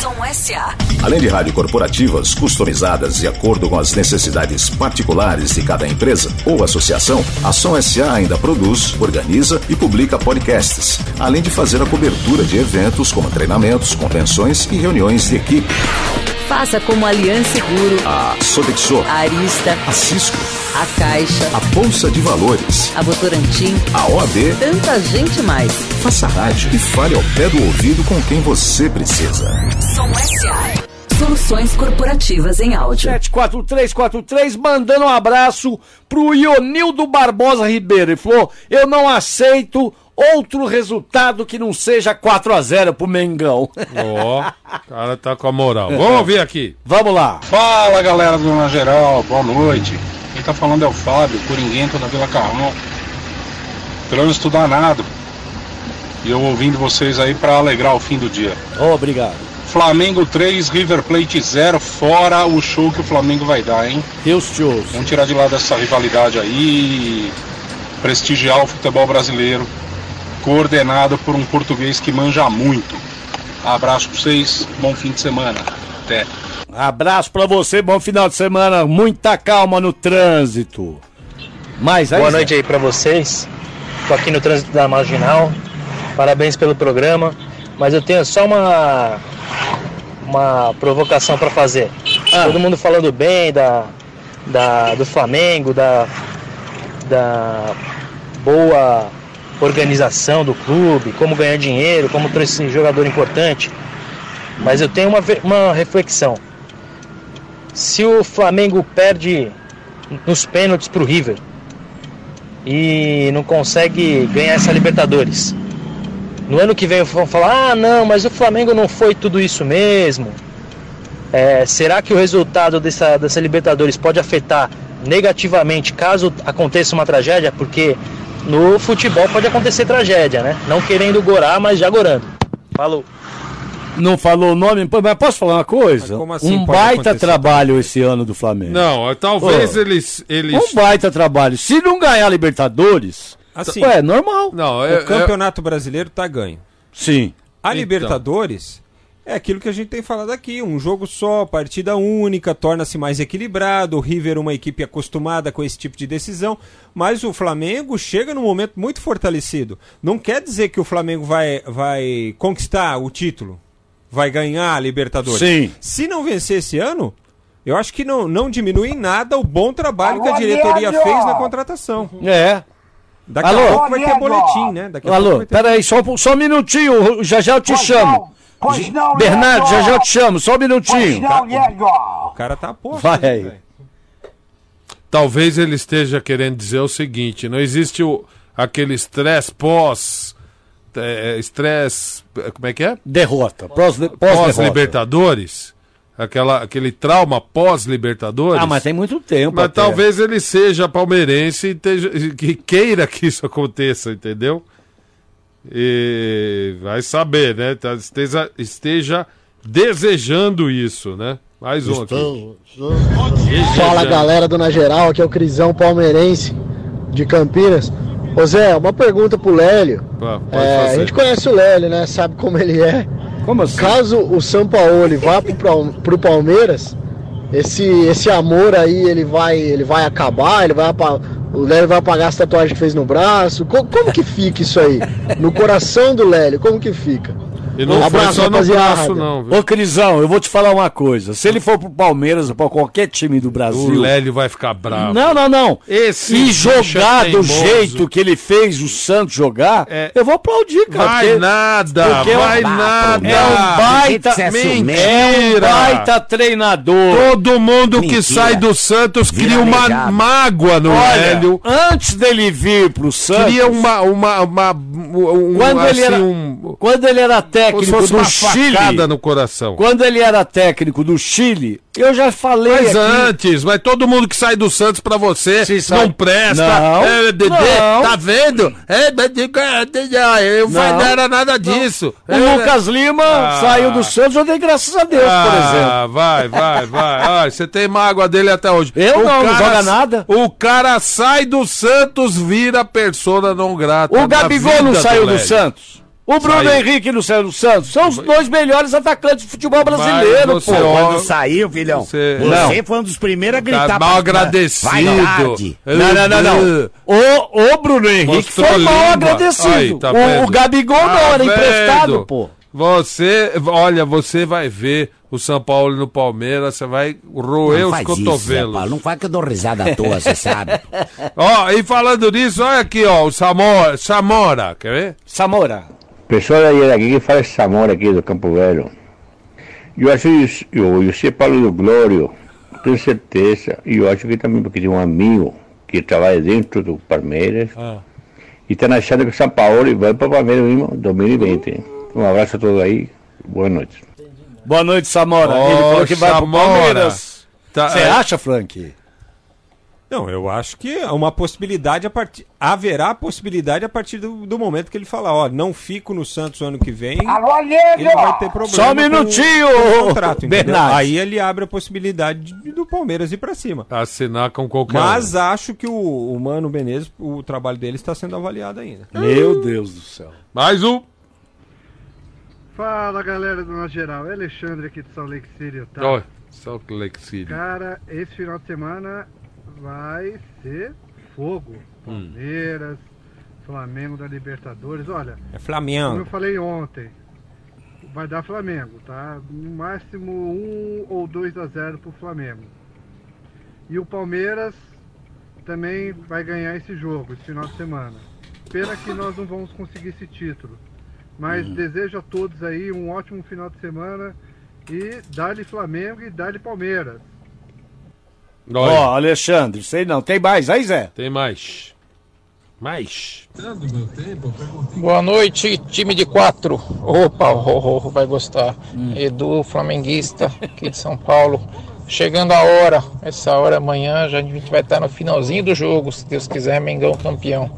Som SA. Além de rádio corporativas customizadas de acordo com as necessidades particulares de cada empresa ou associação, a Som SA ainda produz, organiza e publica podcasts, além de fazer a cobertura de eventos como treinamentos, convenções e reuniões de equipe. Faça como Aliança Seguro, A Sodexo, a Arista, a Cisco, a Caixa, a Bolsa de Valores, a Votorantim, a OAB, tanta gente mais. faça rádio e fale ao pé do ouvido com quem você precisa. Som SA. Soluções corporativas em áudio. 74343, mandando um abraço pro Ionildo Barbosa Ribeiro. Ele falou: eu não aceito outro resultado que não seja 4 a 0 pro Mengão. Ó, o cara tá com a moral. Vamos ouvir aqui. Vamos lá. Fala galera do Na Geral, boa noite. Quem tá falando é o Fábio, Coringuento da Vila Carrão. Trânsito danado. E eu ouvindo vocês aí pra alegrar o fim do dia. Obrigado. Flamengo 3, River Plate 0, fora o show que o Flamengo vai dar, hein? Deus te ouça. Vamos tirar de lado essa rivalidade aí e prestigiar o futebol brasileiro, coordenado por um português que manja muito. Abraço pra vocês, bom fim de semana. Até. Abraço pra você, bom final de semana, muita calma no trânsito. Mas é aí, Boa Zé, noite aí pra vocês. Tô aqui no trânsito da Marginal. Parabéns pelo programa, mas eu tenho só uma uma provocação pra fazer. Todo mundo falando bem da, da do Flamengo, da da boa organização do clube, como ganhar dinheiro, como trouxe esse jogador importante. Mas eu tenho uma, ve- uma reflexão. Se o Flamengo perde nos pênaltis pro River, e não consegue ganhar essa Libertadores. No ano que vem vão falar: ah, não, mas o Flamengo não foi tudo isso mesmo. É, será que o resultado dessa, dessa Libertadores pode afetar negativamente caso aconteça uma tragédia? Porque no futebol pode acontecer tragédia, né? Não querendo gorar, mas já gorando. Falou. não falou o nome, pô, mas posso falar uma coisa? Mas como assim um pode baita acontecer? trabalho esse ano do Flamengo. Não, talvez É. Ô. eles. eles... Um baita trabalho. Se não ganhar a Libertadores, Assim. ué, é normal. Não, é, O campeonato brasileiro tá ganho. Sim. A Então. Libertadores é aquilo que a gente tem falado aqui, um jogo só, partida única, torna-se mais equilibrado, o River uma equipe acostumada com esse tipo de decisão, mas o Flamengo chega num momento muito fortalecido. Não quer dizer que o Flamengo vai, vai conquistar o título. vai ganhar a Libertadores. Sim. Se não vencer esse ano, eu acho que não, não diminui em nada o bom trabalho que a Alô, diretoria Diego! fez na contratação. É. Daqui a Alô? pouco vai ter boletim, né? Daqui a pouco Alô, vai ter- peraí, só, um- só um minutinho, já já eu te chamo. Pois não, Bernardo, já Diego. já eu te chamo, só um Pois minutinho. não, Diego. O cara tá porra. Vai. Talvez ele esteja querendo dizer o seguinte: não existe o, aquele estresse pós. é, Estresse. como é que é? Derrota. pós- Pós-derrota. Pós-Libertadores. Aquela, aquele trauma pós-Libertadores. Ah, mas tem muito tempo. Mas até. talvez ele seja palmeirense e teja- e que queira que isso aconteça, entendeu? E vai saber, né? Tá- Esteja, esteja desejando isso, né? Mais um aqui. Fala galera, dona geral, aqui é o Crisão Palmeirense de Campinas. Ô Zé, uma pergunta pro Lélio. Pá, pode É, a fazer. gente conhece o Lélio, né? Sabe como ele é. Como assim? Caso o São Paulo vá pro, Pal- pro Palmeiras, esse, esse amor aí ele vai, ele vai acabar, ele vai apa- o Lélio vai apagar as tatuagens que fez no braço. Co- Como, que fica isso aí? No coração do Lélio, como que fica? E Um abraço, rapaziada. Ô, Crisão, eu vou te falar uma coisa. Se ele for pro Palmeiras ou pra qualquer time do O Brasil. Lélio vai ficar bravo. Não, não, não. Ah, Esse e bicho é jogar do teimoso. É. jeito que ele fez o Santos jogar, eu vou aplaudir, cara. Vai porque- nada, porque é um- vai nada. É um baita, é um mentira. baita treinador. Todo mundo que Mentira. sai do Santos cria Vira uma legado. mágoa no Olha, Lélio. Antes dele vir pro Santos. Cria uma. uma, uma um, quando, ele era, assim, um- quando é ele era como se técnico fosse do uma Chile. facada no coração. Quando ele era técnico do Chile, eu já falei. Mas aqui- antes, mas todo mundo que sai do Santos pra você não sai- presta. Não, é, Dedê, não. tá vendo? É, mas de- ah, eu não, Não, não era nada disso. O É, Lucas Lima Ah. saiu do Santos, eu dei graças a Deus, por exemplo. Ah, vai, vai, vai. Ah, você tem mágoa dele até hoje. Eu não, não joga nada. O cara sai do Santos, vira persona não grata. O Gabigol não saiu do Santos. O Bruno Saiu. Henrique não saiu do Santos. São os dois melhores atacantes do futebol brasileiro, Mas pô. você olha- Quando saiu, filhão, Você- você, Não. foi um dos primeiros a gritar. Tá pra- mal Vai agradecido. tarde. Não, não, não, não. O, o Bruno Henrique Mostrou foi mal língua. agradecido. Aí, tá o, vendo? o Gabigol Tá não era vendo? emprestado, pô. Você, olha, você vai ver o São Paulo no Palmeiras, você vai roer Não os faz isso, Zé cotovelos. Paulo, não faz que eu dou risada à toa, você sabe. Ó, e falando nisso, olha aqui, ó, o Samora, Samora, quer ver? Samora. Pessoal da aqui que fala Samora aqui do Campo Velho. Eu acho isso, eu, eu sei Paulo do Glório, tenho certeza, e eu acho que também porque tem um amigo que trabalha dentro do Palmeiras Ah. e tá está achando que o São Paulo vai para o Palmeiras mesmo em 2020. Um abraço a todos aí, boa noite. Boa noite, Samora. Ó, Ele falou que vai Samora. pro Palmeiras. Tá, Você é. acha, Frank? Não, eu acho que é uma possibilidade a partir. Haverá possibilidade a partir do, do momento que ele falar, ó, não fico no Santos ano que vem. Alô, Diego. Ele vai ter problema. Só um com- minutinho, com o contrato, entendeu? Bernardo. Aí ele abre a possibilidade de- do Palmeiras ir pra cima. Assinar com qualquer Mas acho que o, o Mano Menezes, o trabalho dele está sendo avaliado ainda. um. Meu Deus do céu. Mais um. Fala galera do Nosso Geral, é Alexandre aqui de Salt Lake City, Utah. Ó, só o Lake City. Cara, esse final de semana vai ser fogo. Hum. Palmeiras, Flamengo da Libertadores, olha. É Flamengo. Como eu falei ontem, vai dar Flamengo, tá? No máximo 1 ou 2 a 0 pro Flamengo. E o Palmeiras também vai ganhar esse jogo, esse final de semana. Pena que nós não vamos conseguir esse título. Hum. Mas desejo a todos aí um ótimo final de semana e dá-lhe Flamengo e dá-lhe Palmeiras. Ó, Alexandre, sei não. Tem mais, aí, Zé? Tem mais. Mais. Boa noite, time de quatro. Opa, o Rorro vai gostar. Edu, flamenguista aqui de São Paulo. Chegando a hora, essa hora amanhã, já a gente vai estar no finalzinho do jogo, se Deus quiser, Mengão campeão.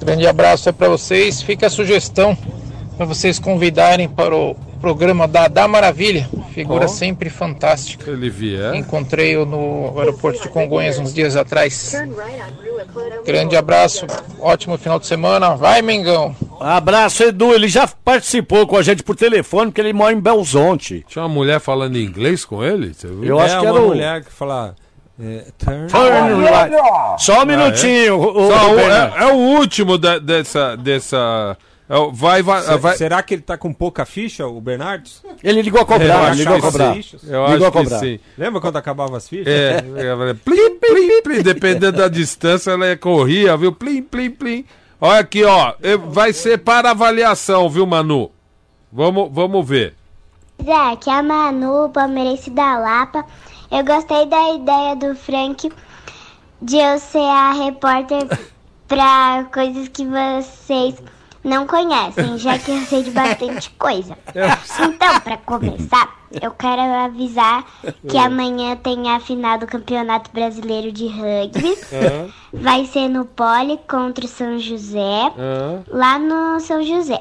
Grande abraço é para vocês. Fica a sugestão para vocês convidarem para o programa da, da Maravilha, figura Ó. sempre fantástica. Se ele vier. Encontrei-o no aeroporto de Congonhas uns dias atrás. Grande abraço, ótimo final de semana. Vai, Mengão! Abraço, Edu. Ele já participou com a gente por telefone, porque ele mora em Belzonte. Tinha uma mulher falando inglês com ele? Você viu? Eu acho que era uma o- mulher que fala. é, turn Turn right. right. Só um minutinho. Ah, é? o- o- Só o um- Bernardo. é, é o último da- dessa, dessa É, o- Vai, vai, Se- vai- Será que ele tá com pouca ficha, o Bernardes? Ele ligou a cobrar, Eu né? acho Ligou a que cobrar. sim. Eu Ligou acho a que cobrar. sim. Lembra quando acabava as fichas? Tá É, ela é plim, plim, plim. Dependendo da distância, ela é corria, viu? Plim, plim, plim. Olha aqui, ó. eh, Vai ser para avaliação, viu, Manu? Vamos, vamos ver. Zé, que é a Manu, palmeirense da Lapa. Eu gostei da ideia do Frank de eu ser a repórter pra coisas que vocês não conhecem, já que eu sei de bastante coisa. Então, pra começar, eu quero avisar que amanhã tem a final do Campeonato Brasileiro de Rugby. Vai ser no Poli contra o São José, lá no São José.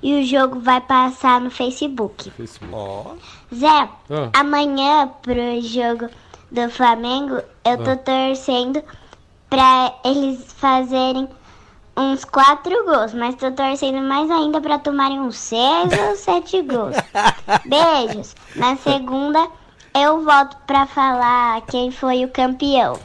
E o jogo vai passar no Facebook. Zé, Ah. amanhã pro jogo do Flamengo, eu tô Ah. torcendo pra eles fazerem uns quatro gols, mas tô torcendo mais ainda pra tomarem uns seis ou sete gols. Beijos. Na segunda eu volto pra falar quem foi o campeão.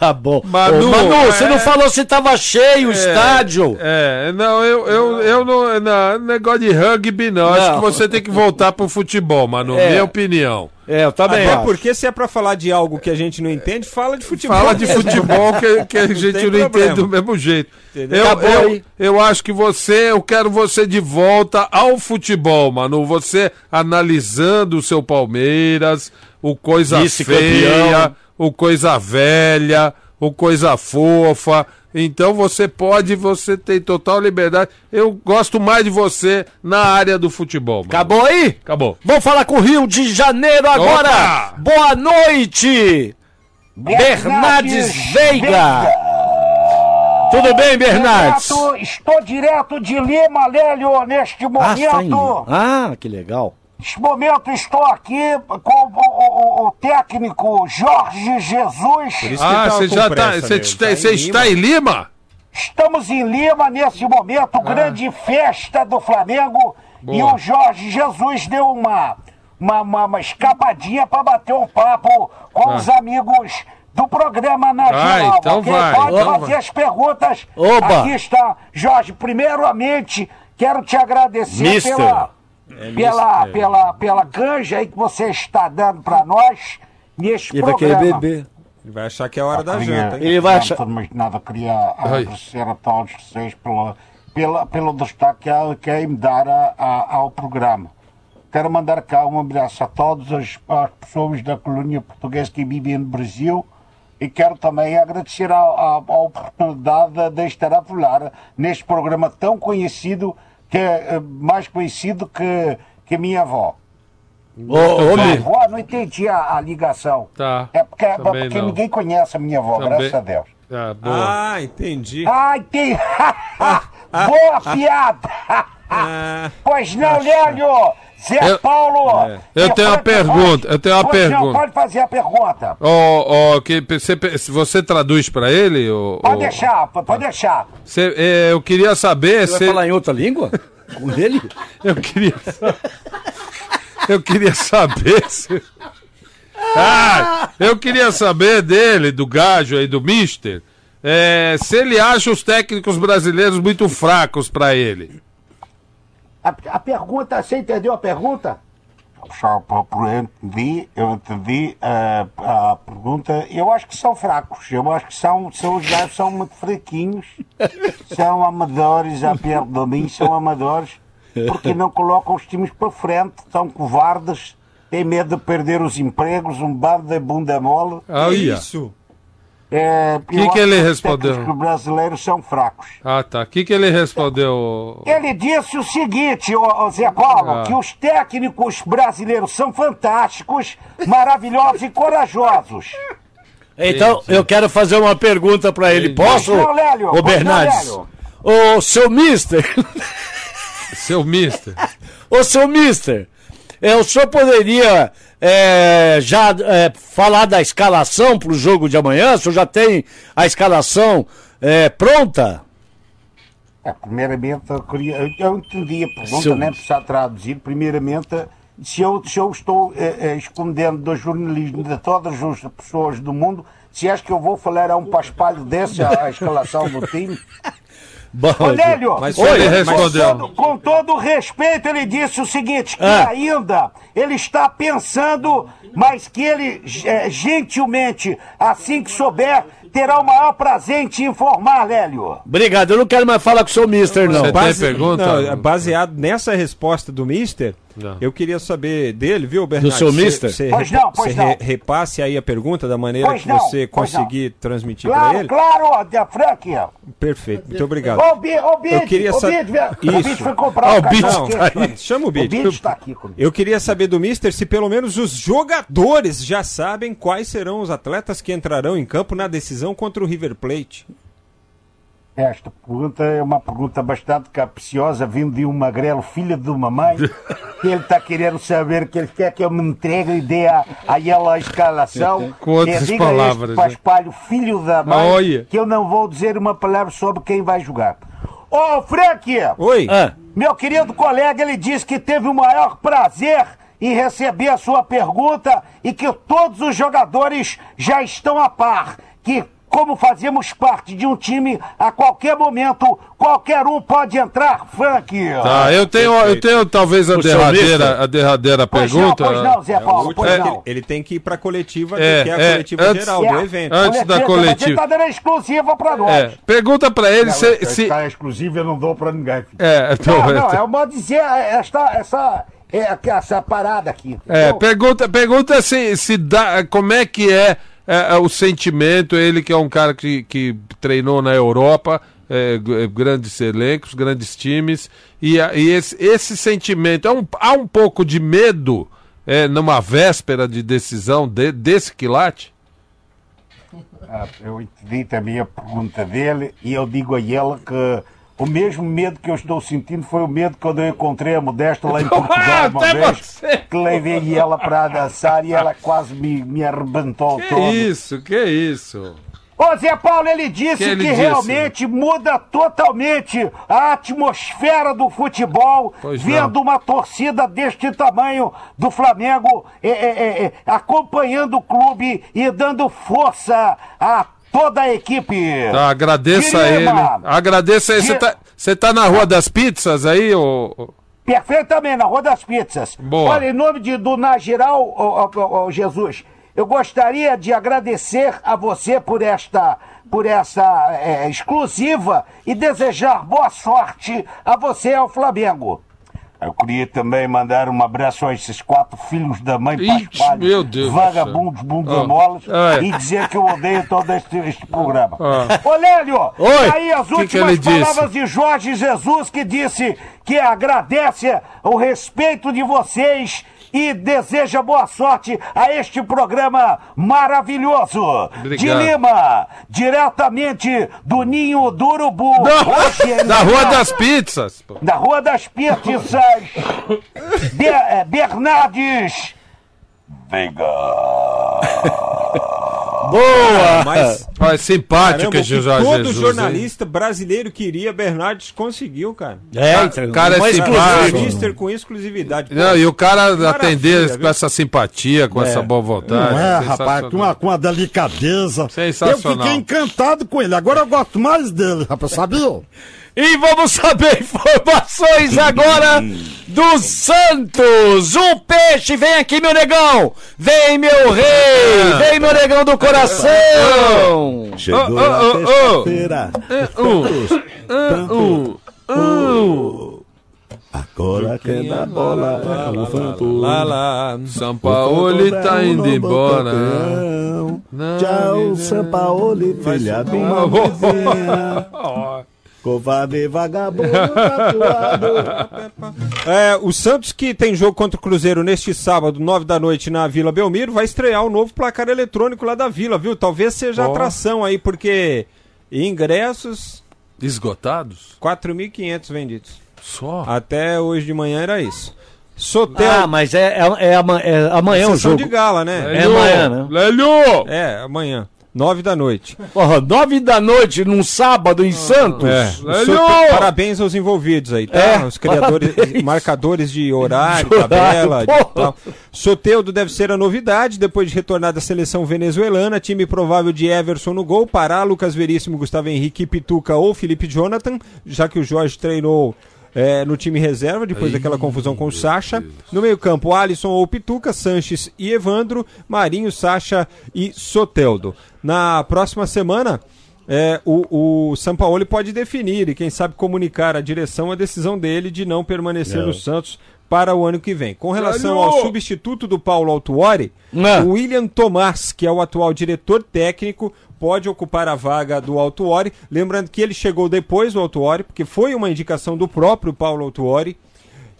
Tá bom. Manu, Ô, Manu, é- você não falou se tava cheio o É, estádio. É, não, eu, eu, eu não, não. Negócio de rugby, não. Acho Não. que você tem que voltar pro futebol, Manu. É. Minha opinião. É, eu Até também acho. porque se é pra falar de algo que a gente não entende, fala de futebol. Fala de futebol que, que a Não gente tem não entende problema. do mesmo jeito. Entendeu? Eu, Acabou eu, aí. eu acho que você, eu quero você de volta ao futebol, Manu. Você analisando o seu Palmeiras, o coisa Vice-campeão. feia, o coisa velha, o coisa fofa. Então você pode, você tem total liberdade. Eu gosto mais de você na área do futebol. Manu. Acabou aí? Acabou. Vamos falar com o Rio de Janeiro agora. Opa! Boa noite, Bernardes Veiga. Tudo bem, Bernardes? Direto- estou direto de Lima, Lélio, neste Ah, tá em... momento. ah, que legal. Neste momento estou aqui com o, o- o- o técnico Jorge Jesus. Ah, você já tá. Você está, você está em Lima? Estamos em Lima nesse momento, grande festa do Flamengo. E Ah. Boa. o Jorge Jesus deu uma, uma, uma- uma escapadinha para bater um papo com Ah. os amigos do programa na Vai, geral. então ok? vai, Pode então fazer vai. as perguntas. Oba. Aqui está, Jorge. Primeiramente, quero te agradecer Mister. pela É, pela, mister. pela, pela canja aí que você está dando para nós neste Ele vai programa. querer beber. Ele vai achar que é a hora da janta. hein? Mas nada, queria agradecer a todos vocês pela, pela, pelo destaque que, que me dar a- a- ao programa. Quero mandar cá um abraço a todas as, as pessoas da colônia portuguesa que vivem no Brasil e quero também agradecer a, a- a oportunidade de estar a falar neste programa tão conhecido, que é eh, mais conhecido que, que a minha avó. Ô, ô, minha Mi- avó, não entendi a, a ligação. Tá. É porque, Também porque não. ninguém conhece a minha avó, Também- graças a Deus. Ah, boa. entendi. Ah, entendi. Boa piada. pois não, Lélio. Zé Eu- Paulo. É. Eu tenho uma pergunta, eu tenho uma Pois não, pergunta. pode fazer a pergunta. Ó, ó, que você, se você traduz pra ele? ô, ô, Pode deixar, po- pode deixar. cê- é, eu queria saber Você vai se. falar em outra língua? Com ele? Eu queria. Eu queria saber se. Ah, eu queria saber dele, do gajo aí, do Mister, é, se ele acha os técnicos brasileiros muito fracos pra ele. A, a pergunta, você entendeu a pergunta? Eu entendi, eu entendi eh, a, pergunta. Eu acho que são fracos. Eu acho que são, são os gajos são muito fraquinhos. São amadores, a perda de mim, são amadores. Porque não colocam os times para frente, são covardes, têm medo de perder os empregos, um bando de bunda mole. Olha. É, Ah, Que eu que acho ele os respondeu? técnicos brasileiros são fracos. Ah, tá. O que, que ele respondeu? ô? Ele disse o seguinte, ô, ô Zé Paulo, Ah. que os técnicos brasileiros são fantásticos, maravilhosos e corajosos. Então, eu quero fazer uma pergunta pra ele. Posso? Não, Lélio. Ô, Bernardes. Não, Ô, seu mister. Seu mister. Ô, seu mister. É, o senhor poderia é, já é, falar da escalação pro jogo de amanhã? O senhor já tem a escalação é, pronta? É, primeiramente, eu, queria, eu- eu entendi a pergunta, Seu- nem precisar traduzir. Primeiramente, se eu, se eu estou eh, eh, escondendo do jornalismo de todas as pessoas do mundo, se acho que eu vou falar a um paspalho desse, a, a escalação do time. Bom, Ô, Nélio, mas foi ele respondeu. Com, todo, com todo respeito, ele disse o seguinte: que Ah. ainda ele está pensando, mas que ele eh, gentilmente, assim que souber, terá o maior prazer em te informar, Lélio. Obrigado, eu não quero mais falar com o seu mister, não. não, é baseado nessa resposta do Mister, eu queria saber dele, viu, Bernardo? seu Cê- mister? cê Pois re- não, pois cê não. re- repasse aí a pergunta da maneira Pois que não, você pois não. conseguir transmitir para Claro, ele. claro, ó, de- Frank. Perfeito, muito obrigado. Ó, o Bi- ó, o Bid, eu queria o saber. Bid, velho. O Bid foi comprar Ah, um o Bid cachorro tá quente, aí. Chama o O Bid. Bid está aqui comigo. Eu queria saber do Mister se pelo menos os jogadores já sabem quais serão os atletas que entrarão em campo na decisão contra o River Plate. Esta pergunta é uma pergunta bastante capciosa, vindo de um magrelo, filho de uma mãe, que ele está querendo saber, que ele quer que eu me entregue e dê a, a ela a escalação. Com outras É, diga palavras, Este né? paspalho, filho da mãe, Olha. que eu não vou dizer uma palavra sobre quem vai jogar. Ô, Frank! Oi! Ah. Meu querido colega, ele disse que teve o maior prazer em receber a sua pergunta e que todos os jogadores já estão a par. Que, como fazemos parte de um time, a qualquer momento, qualquer um pode entrar, Frank. Tá, eu tenho, eu tenho talvez a O seu mister? derradeira, a derradeira pergunta. É o último É, que ele- Ele tem que ir para a coletiva, É, que é a é, coletiva antes- geral do é, evento. antes da Mas ele coletiva. tá dando a exclusiva pra nós. É, pergunta pra ele Não, se. eu- se... tá exclusivo, eu não dou pra ninguém. filho. É, então, Não, não, é- é o modo de dizer esta, essa, é, essa parada aqui. É, pergunta, pergunta se, se dá, como é que é, é, é, o sentimento, ele que é um cara que, que treinou na Europa, é, g- é, grandes elencos, grandes times, e, a- e esse, esse sentimento, é um, há um pouco de medo é, numa véspera de decisão de- desse quilate? Ah, Eu entendi também a pergunta dele e eu digo a ele que o mesmo medo que eu estou sentindo foi o medo quando eu encontrei a Modesta lá em Portugal uma Ah, até vez, que levei ela para dançar e ela quase me, me arrebentou Que todo. isso, que isso. Ô Zé Paulo, ele disse Que que, ele disse? realmente muda totalmente a atmosfera do futebol, Pois não. vendo uma torcida deste tamanho do Flamengo é, é, é, é, acompanhando o clube e dando força a toda a equipe. Tá, agradeça a ele. Dilema. Agradeça ele. Você Di- tá, você tá na Rua das Pizzas aí, ô. Perfeitamente, na Rua das Pizzas. Boa. Olha, em nome de, do Nagiral, ô, ô, ô, ô, Jesus, eu gostaria de agradecer a você por esta por essa é, exclusiva e desejar boa sorte a você e ao Flamengo. Eu queria também mandar um abraço a esses quatro filhos da mãe Ixi, Paspalho, meu Deus do céu. vagabundos, Ah. bundamolas, Ah, é. e dizer que eu odeio todo este, este programa. Ah. Ô, Lélio, Oi. aí as Que que últimas ele disse? palavras de Jorge Jesus que disse que agradece o respeito de vocês e deseja boa sorte a este programa maravilhoso. Obrigado. De Lima, diretamente do Ninho do Urubu. Hoje Da, ele é da Rua está das Pizzas. pô. Da Rua das Pizzas. Be- eh, Bernardes. Boa! É, Mas- Olha, simpático Caramba, o que esse Jorge todo Jesus, jornalista brasileiro queria, Bernardes conseguiu, cara. É, Ca- então, cara é Mas simpático. o Mister com exclusividade. Não, e o cara Maravilha, atender viu? com essa simpatia, com É. essa boa vontade. Não é, rapaz, sensacional. com uma, com uma delicadeza. Sensacional. Eu fiquei encantado com ele. Agora eu gosto mais dele, rapaz, sabia? E vamos saber informações agora do Santos. O peixe, vem aqui, meu negão. Vem, meu rei. Vem, meu negão do coração. Chegou Oh, oh, na oh, oh. sexta-feira. Uh, uh. Agora quem dá bola é o Santos. Lá, lá, São O Paulo Santos tá é o indo novo embora. campeão. Não, Tchau, Sampaoli, filha de uma vizinha. Covarde e vagabundo tá tatuado. É, o Santos, que tem jogo contra o Cruzeiro neste sábado, 9 da noite, na Vila Belmiro, vai estrear o novo placar eletrônico lá da Vila, viu? Talvez seja Ó. atração aí, porque ingressos... Esgotados? 4.500 vendidos. Só? Até hoje de manhã era isso. Sotel... Ah, mas é, é, é ama- é amanhã o Sessão jogo. de gala, né? É amanhã, né? Lélio! É, amanhã. Nove da noite. Porra, nove da noite num sábado em Santos? É. Super- parabéns aos envolvidos aí, tá? É, Os criadores, parabéns. marcadores de horário, De horário, tabela, de porra. tal. Soteudo deve ser a novidade, depois de retornar da seleção venezuelana, time provável de Everson no gol, Pará, Lucas Veríssimo, Gustavo Henrique, Pituca ou Felipe Jonathan, já que o Jorge treinou é, no time reserva, depois daquela confusão com o Sacha. No meio-campo, Alisson ou Pituca, Sanches e Evandro, Marinho, Sacha e Soteldo. Na próxima semana, é, o, o Sampaoli pode definir e, quem sabe, comunicar à direção a decisão dele de não permanecer Não. no Santos para o ano que vem. Com relação Alô! ao substituto do Paulo Altuori, Ah. o William Tomás, que é o atual diretor técnico, pode ocupar a vaga do Altuori. Lembrando que ele chegou depois do Altuori, porque foi uma indicação do próprio Paulo Altuori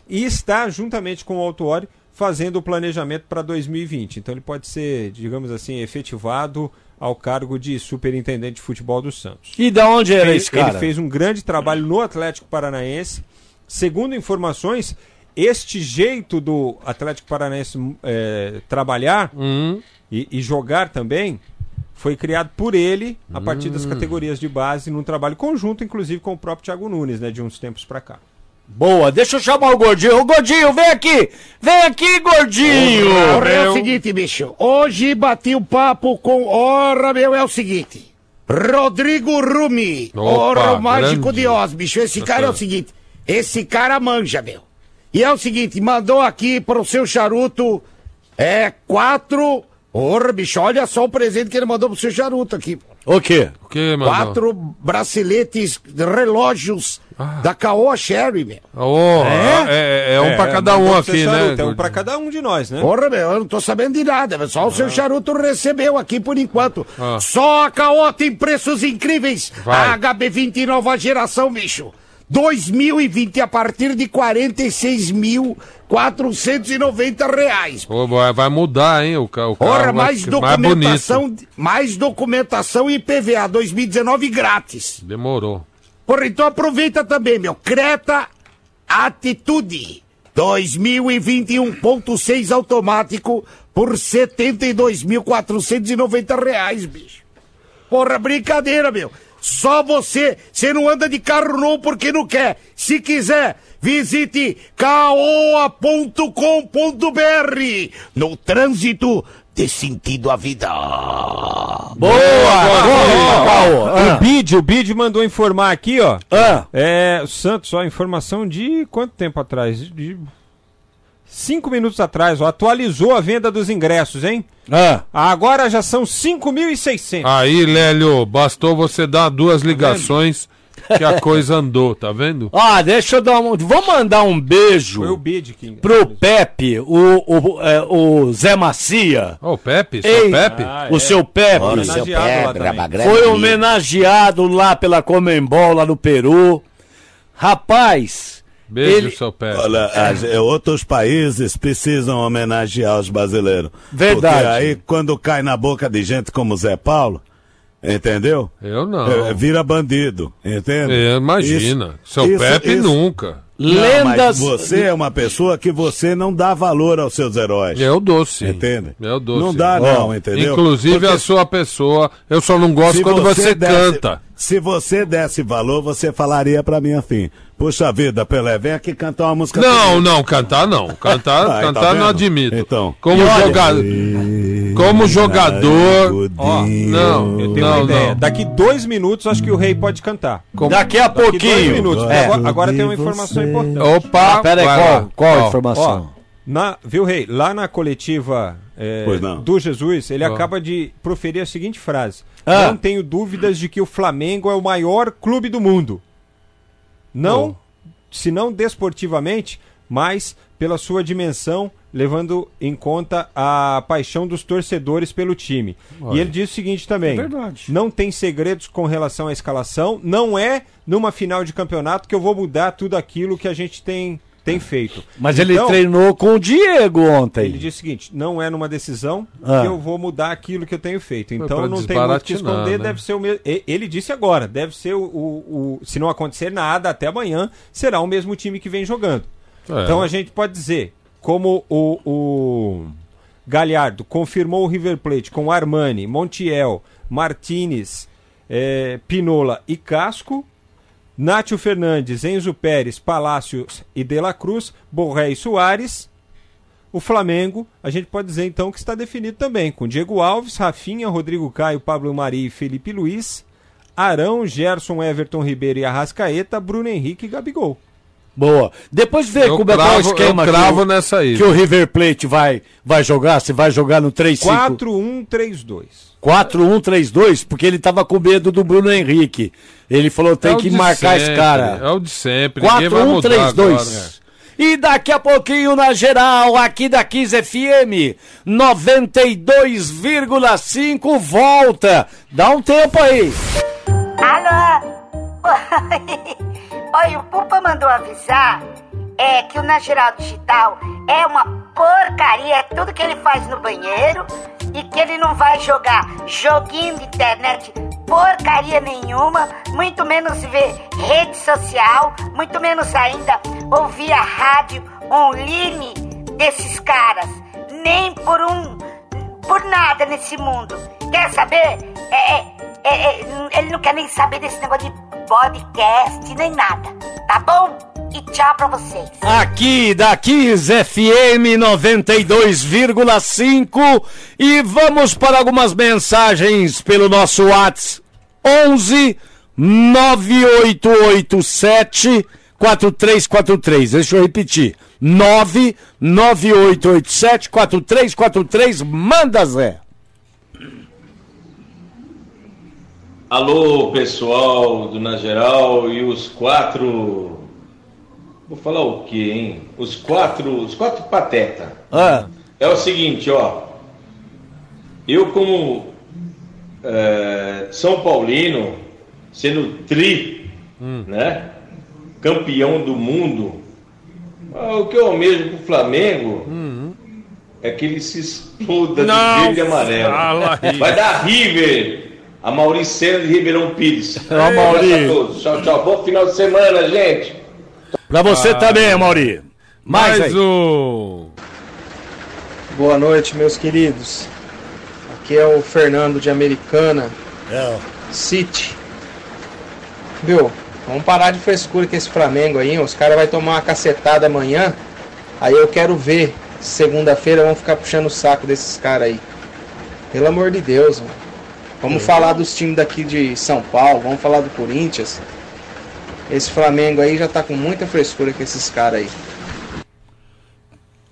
e está juntamente com o Autuori fazendo o planejamento para 2020. Então ele pode ser, digamos assim, efetivado ao cargo de superintendente de futebol do Santos. E da onde era ele, esse cara? Ele fez um grande trabalho no Atlético Paranaense. Segundo informações, este jeito do Atlético Paranaense eh, trabalhar e, e jogar também foi criado por ele a partir das Hum. categorias de base num trabalho conjunto, inclusive com o próprio Thiago Nunes, né, de uns tempos para cá. Boa, deixa eu chamar o gordinho. Ô, gordinho, vem aqui! Vem aqui, gordinho! Ora, é o seguinte, bicho. Hoje bati um papo com. Ora, meu, é o seguinte. Rodrigo Rumi. Opa, Ora, o mágico grande. de Oz, bicho. Esse cara é o Bacana. seguinte. Esse cara manja, meu. E é o seguinte, mandou aqui pro seu charuto. É quatro. Ora, bicho, olha só o presente que ele mandou pro seu charuto aqui. O quê? O que, mano? Quatro braceletes, relógios da Caoa Sherry, meu. Oh, é, é, é um pra cada um mandou pro aqui, seu né? charuto, é um Gordo? Para cada um de nós, né? Porra, meu, eu não tô sabendo de nada, mas só o seu charuto recebeu aqui por enquanto. Ah. Só a Caô tem preços incríveis. Vai. A HB20 nova geração, bicho. 2020 a partir de 46.490 reais. Ô, vai vai mudar, hein? O, ca- o carro Ora, vai mais ficar mais bonito. documentação, mais documentação e IPVA 2019 grátis. Demorou. Porra, então aproveita também, meu. Creta Atitude 2021.6 automático por R$ 72.490 reais, bicho. Porra, brincadeira, meu. Só você, você não anda de carro novo porque não quer. Se quiser, visite caoa.com.br no trânsito de sentido à vida. Boa! O Bid, o Bid mandou informar aqui, ó. É, o Santos, ó, informação de quanto tempo atrás? De- De cinco minutos atrás, ó, atualizou a venda dos ingressos, hein? Ah. Agora já são 5.600. Aí, Lélio, bastou você dar duas ligações que a coisa andou, tá vendo? Ah, deixa eu dar um. Vou mandar um beijo. Foi o Bid que. Pro Pepe, o, o, é, o Zé Macia. Ô, Pepe, seu Ei, ah, é. Pepe. o seu Pepe. Tá Ora, Ah, é. seu Homenageado Pepe, lá também. Rabagrande. Foi homenageado lá pela Comembol, lá no Peru. Rapaz. Beijo, ele- seu Pepe. Olha, as- eh, outros países precisam homenagear os brasileiros. Verdade. Porque aí, quando cai na boca de gente como Zé Paulo, entendeu? Eu não. Eh, vira bandido, entende? É, imagina. seu Pepe nunca. Lendas. você é uma pessoa que você não dá valor aos seus heróis. Eu dou sim. Entende? Eu dou Não sim. dá, não, Ó, entendeu? Inclusive a sua pessoa. Eu só não gosto Se quando você, desse- canta. Se você desse valor, você falaria pra mim assim: Puxa vida, Pelé, vem aqui cantar uma música. Não, comigo." não, cantar não. Cantar, Ah, cantar tá não vendo? admito. Então. Como, E olha- joga- como jogador. Ó, não, eu tenho não, uma ideia. não. Daqui dois minutos, acho que o rei pode cantar. Daqui a dois pouquinho. minutos. É. Agora, agora tem uma informação importante. Opa, Ah, pera aí, vai qual- lá. qual a informação? Ó, na, viu, rei? Lá na coletiva é, Pois não. do Jesus, ele Ó. acaba de proferir a seguinte frase: Ah. Não tenho dúvidas de que o Flamengo é o maior clube do mundo. Não, se não desportivamente, mas pela sua dimensão, levando em conta a paixão dos torcedores pelo time. Olha. E ele diz o seguinte também: É verdade. não tem segredos com relação à escalação, não é numa final de campeonato que eu vou mudar tudo aquilo que a gente tem, tem feito. Mas ele Então, treinou com o Diego ontem. Ele diz o seguinte: não é numa decisão Ah. que eu vou mudar aquilo que eu tenho feito. Então pra não tem muito o que desbaratinar, esconder, né? deve ser o mesmo. e- Ele disse agora, deve ser o, o- o- Se não acontecer nada até amanhã, será o mesmo time que vem jogando. É. Então a gente pode dizer, como o, o Galhardo confirmou o River Plate com Armani, Montiel, Martinez, eh, Pinola e Casco. Nátio Fernandes, Enzo Pérez, Palácios e De La Cruz, Borré e Soares. O Flamengo, a gente pode dizer então que está definido também, com Diego Alves, Rafinha, Rodrigo Caio, Pablo Mari e Felipe Luiz, Arão, Gerson, Everton Ribeiro e Arrascaeta, Bruno Henrique e Gabigol. Boa. Depois vê Eu como é qual é o cravo- esquema eu cravo que o, nessa aí. que o River Plate vai, vai jogar, se vai jogar no 3-5. 4-1-3-2. 4-1-3-2, porque ele tava com medo do Bruno Henrique. Ele falou, tem É o que de marcar esse sempre, cara. É o de sempre. ninguém vai mudar agora. né? 4132. E daqui a pouquinho na geral, aqui da 15 FM, 92,5 volta. Dá um tempo aí. Alô? Oi. Oi, o Pupa mandou avisar é, que o Na Geral Digital é uma porcaria, é tudo que ele faz no banheiro e que ele não vai jogar joguinho de internet porcaria nenhuma, muito menos ver rede social, muito menos ainda ouvir a rádio online desses caras, nem por um por nada nesse mundo. Quer saber? É, é, é, é, ele não quer nem saber desse negócio de podcast nem nada. Tá bom? E tchau pra vocês. Aqui da 15 FM 92,5 e vamos para algumas mensagens pelo nosso Whats 11 9887 4343. Deixa eu repetir. 99887 4343. Manda, Zé. Alô, pessoal do Na Geral e os quatro. Vou falar o quê, hein? Os quatro. Os quatro pateta. Ah. É o seguinte, ó. Eu, como eh, São Paulino, sendo tri, Hum. né? Campeão do mundo, ah, o que eu almejo pro Flamengo é que ele se exploda Não de verde e amarelo. fala isso. Vai dar River! A Mauricena de Ribeirão Pires. Ó, Mauri. Tchau, tchau. Bom final de semana, gente. Pra você Ah. também, É, Mauri. Mais, aí. um. Boa noite, meus queridos. Aqui é o Fernando de Americana. City. Viu? Vamos parar de frescura com esse Flamengo aí. Os caras vão tomar uma cacetada amanhã. Aí eu quero ver. Segunda-feira vão ficar puxando o saco desses caras aí. Pelo amor de Deus, mano. Vamos É. falar dos times daqui de São Paulo, vamos falar do Corinthians. Esse Flamengo aí já tá com muita frescura com esses caras aí.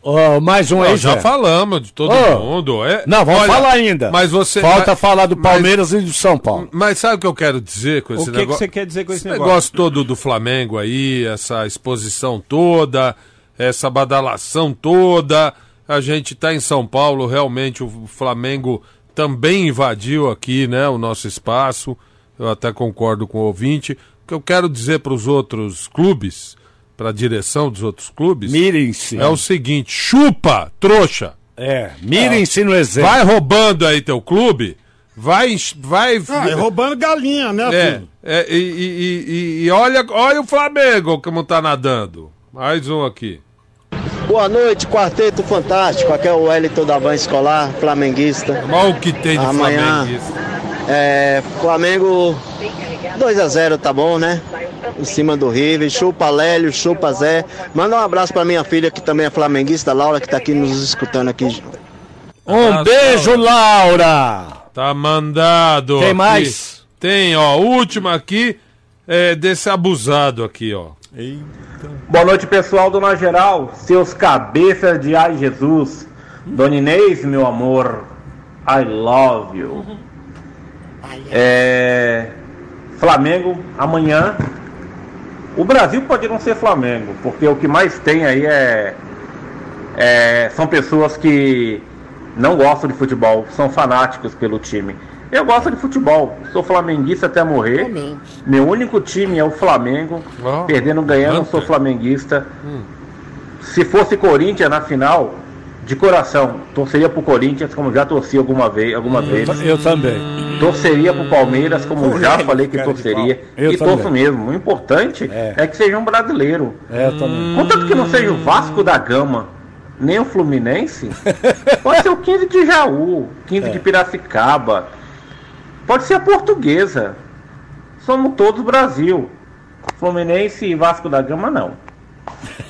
Ó, mais um Não, aí, já Zé. falamos de todo Ô. mundo. É, Não, vamos Olha, falar ainda. Mas você. Falta mas- falar do mas- Palmeiras e do São Paulo. Mas sabe o que eu quero dizer com O esse que que negócio? você quer dizer com esse negócio? negócio todo do Flamengo aí, essa exposição toda, essa badalação toda. A gente tá em São Paulo, realmente o Flamengo também invadiu aqui, né, o nosso espaço. Eu até concordo com o ouvinte. O que eu quero dizer para os outros clubes, para a direção dos outros clubes, mirem-se. É o seguinte, chupa, trouxa. É, mirem-se no exemplo. Vai roubando aí teu clube, vai enche- vai Ah, é roubando galinha, né, é, filho? é, e, e- e- e olha, olha o Flamengo como tá nadando. Mais um aqui. Boa noite, quarteto fantástico. Aqui é o Wellington da Van Escolar, flamenguista. Olha o que tem de Amanhã, flamenguista. É, Flamengo 2 a 0 tá bom, né? Em cima do River, chupa Lélio, chupa Zé. Manda um abraço pra minha filha que também é flamenguista, Laura, que tá aqui nos escutando aqui. Um beijo, Laura! Tá mandado. Tem aqui. mais? Tem, ó, última aqui é desse abusado aqui, ó. Boa noite, pessoal do Na Geral, seus cabeças de ai Jesus. Dona Inês, meu amor, I love you. É, Flamengo, amanhã. O Brasil pode não ser Flamengo, porque o que mais tem aí é, é- são pessoas que não gostam de futebol, são fanáticos pelo time. Eu gosto de futebol, sou flamenguista até morrer. Meu único time é o Flamengo. Ó, Perdendo, ganhando, eu sou flamenguista. Se fosse Corinthians na final, de coração, torceria pro Corinthians, como já torci alguma vez. Alguma vez. Hum. Eu também. Torceria pro Palmeiras, como já Polêmico, falei que cara de torceria. pau. Eu E torço também. mesmo. O importante é, que seja um brasileiro. É, eu também. Contanto que não seja o Vasco da Gama, nem o É. Fluminense, pode ser o 15 de Jaú, 15 de Piracicaba. Pode ser a portuguesa. Somos todos Brasil. Fluminense e Vasco da Gama, não.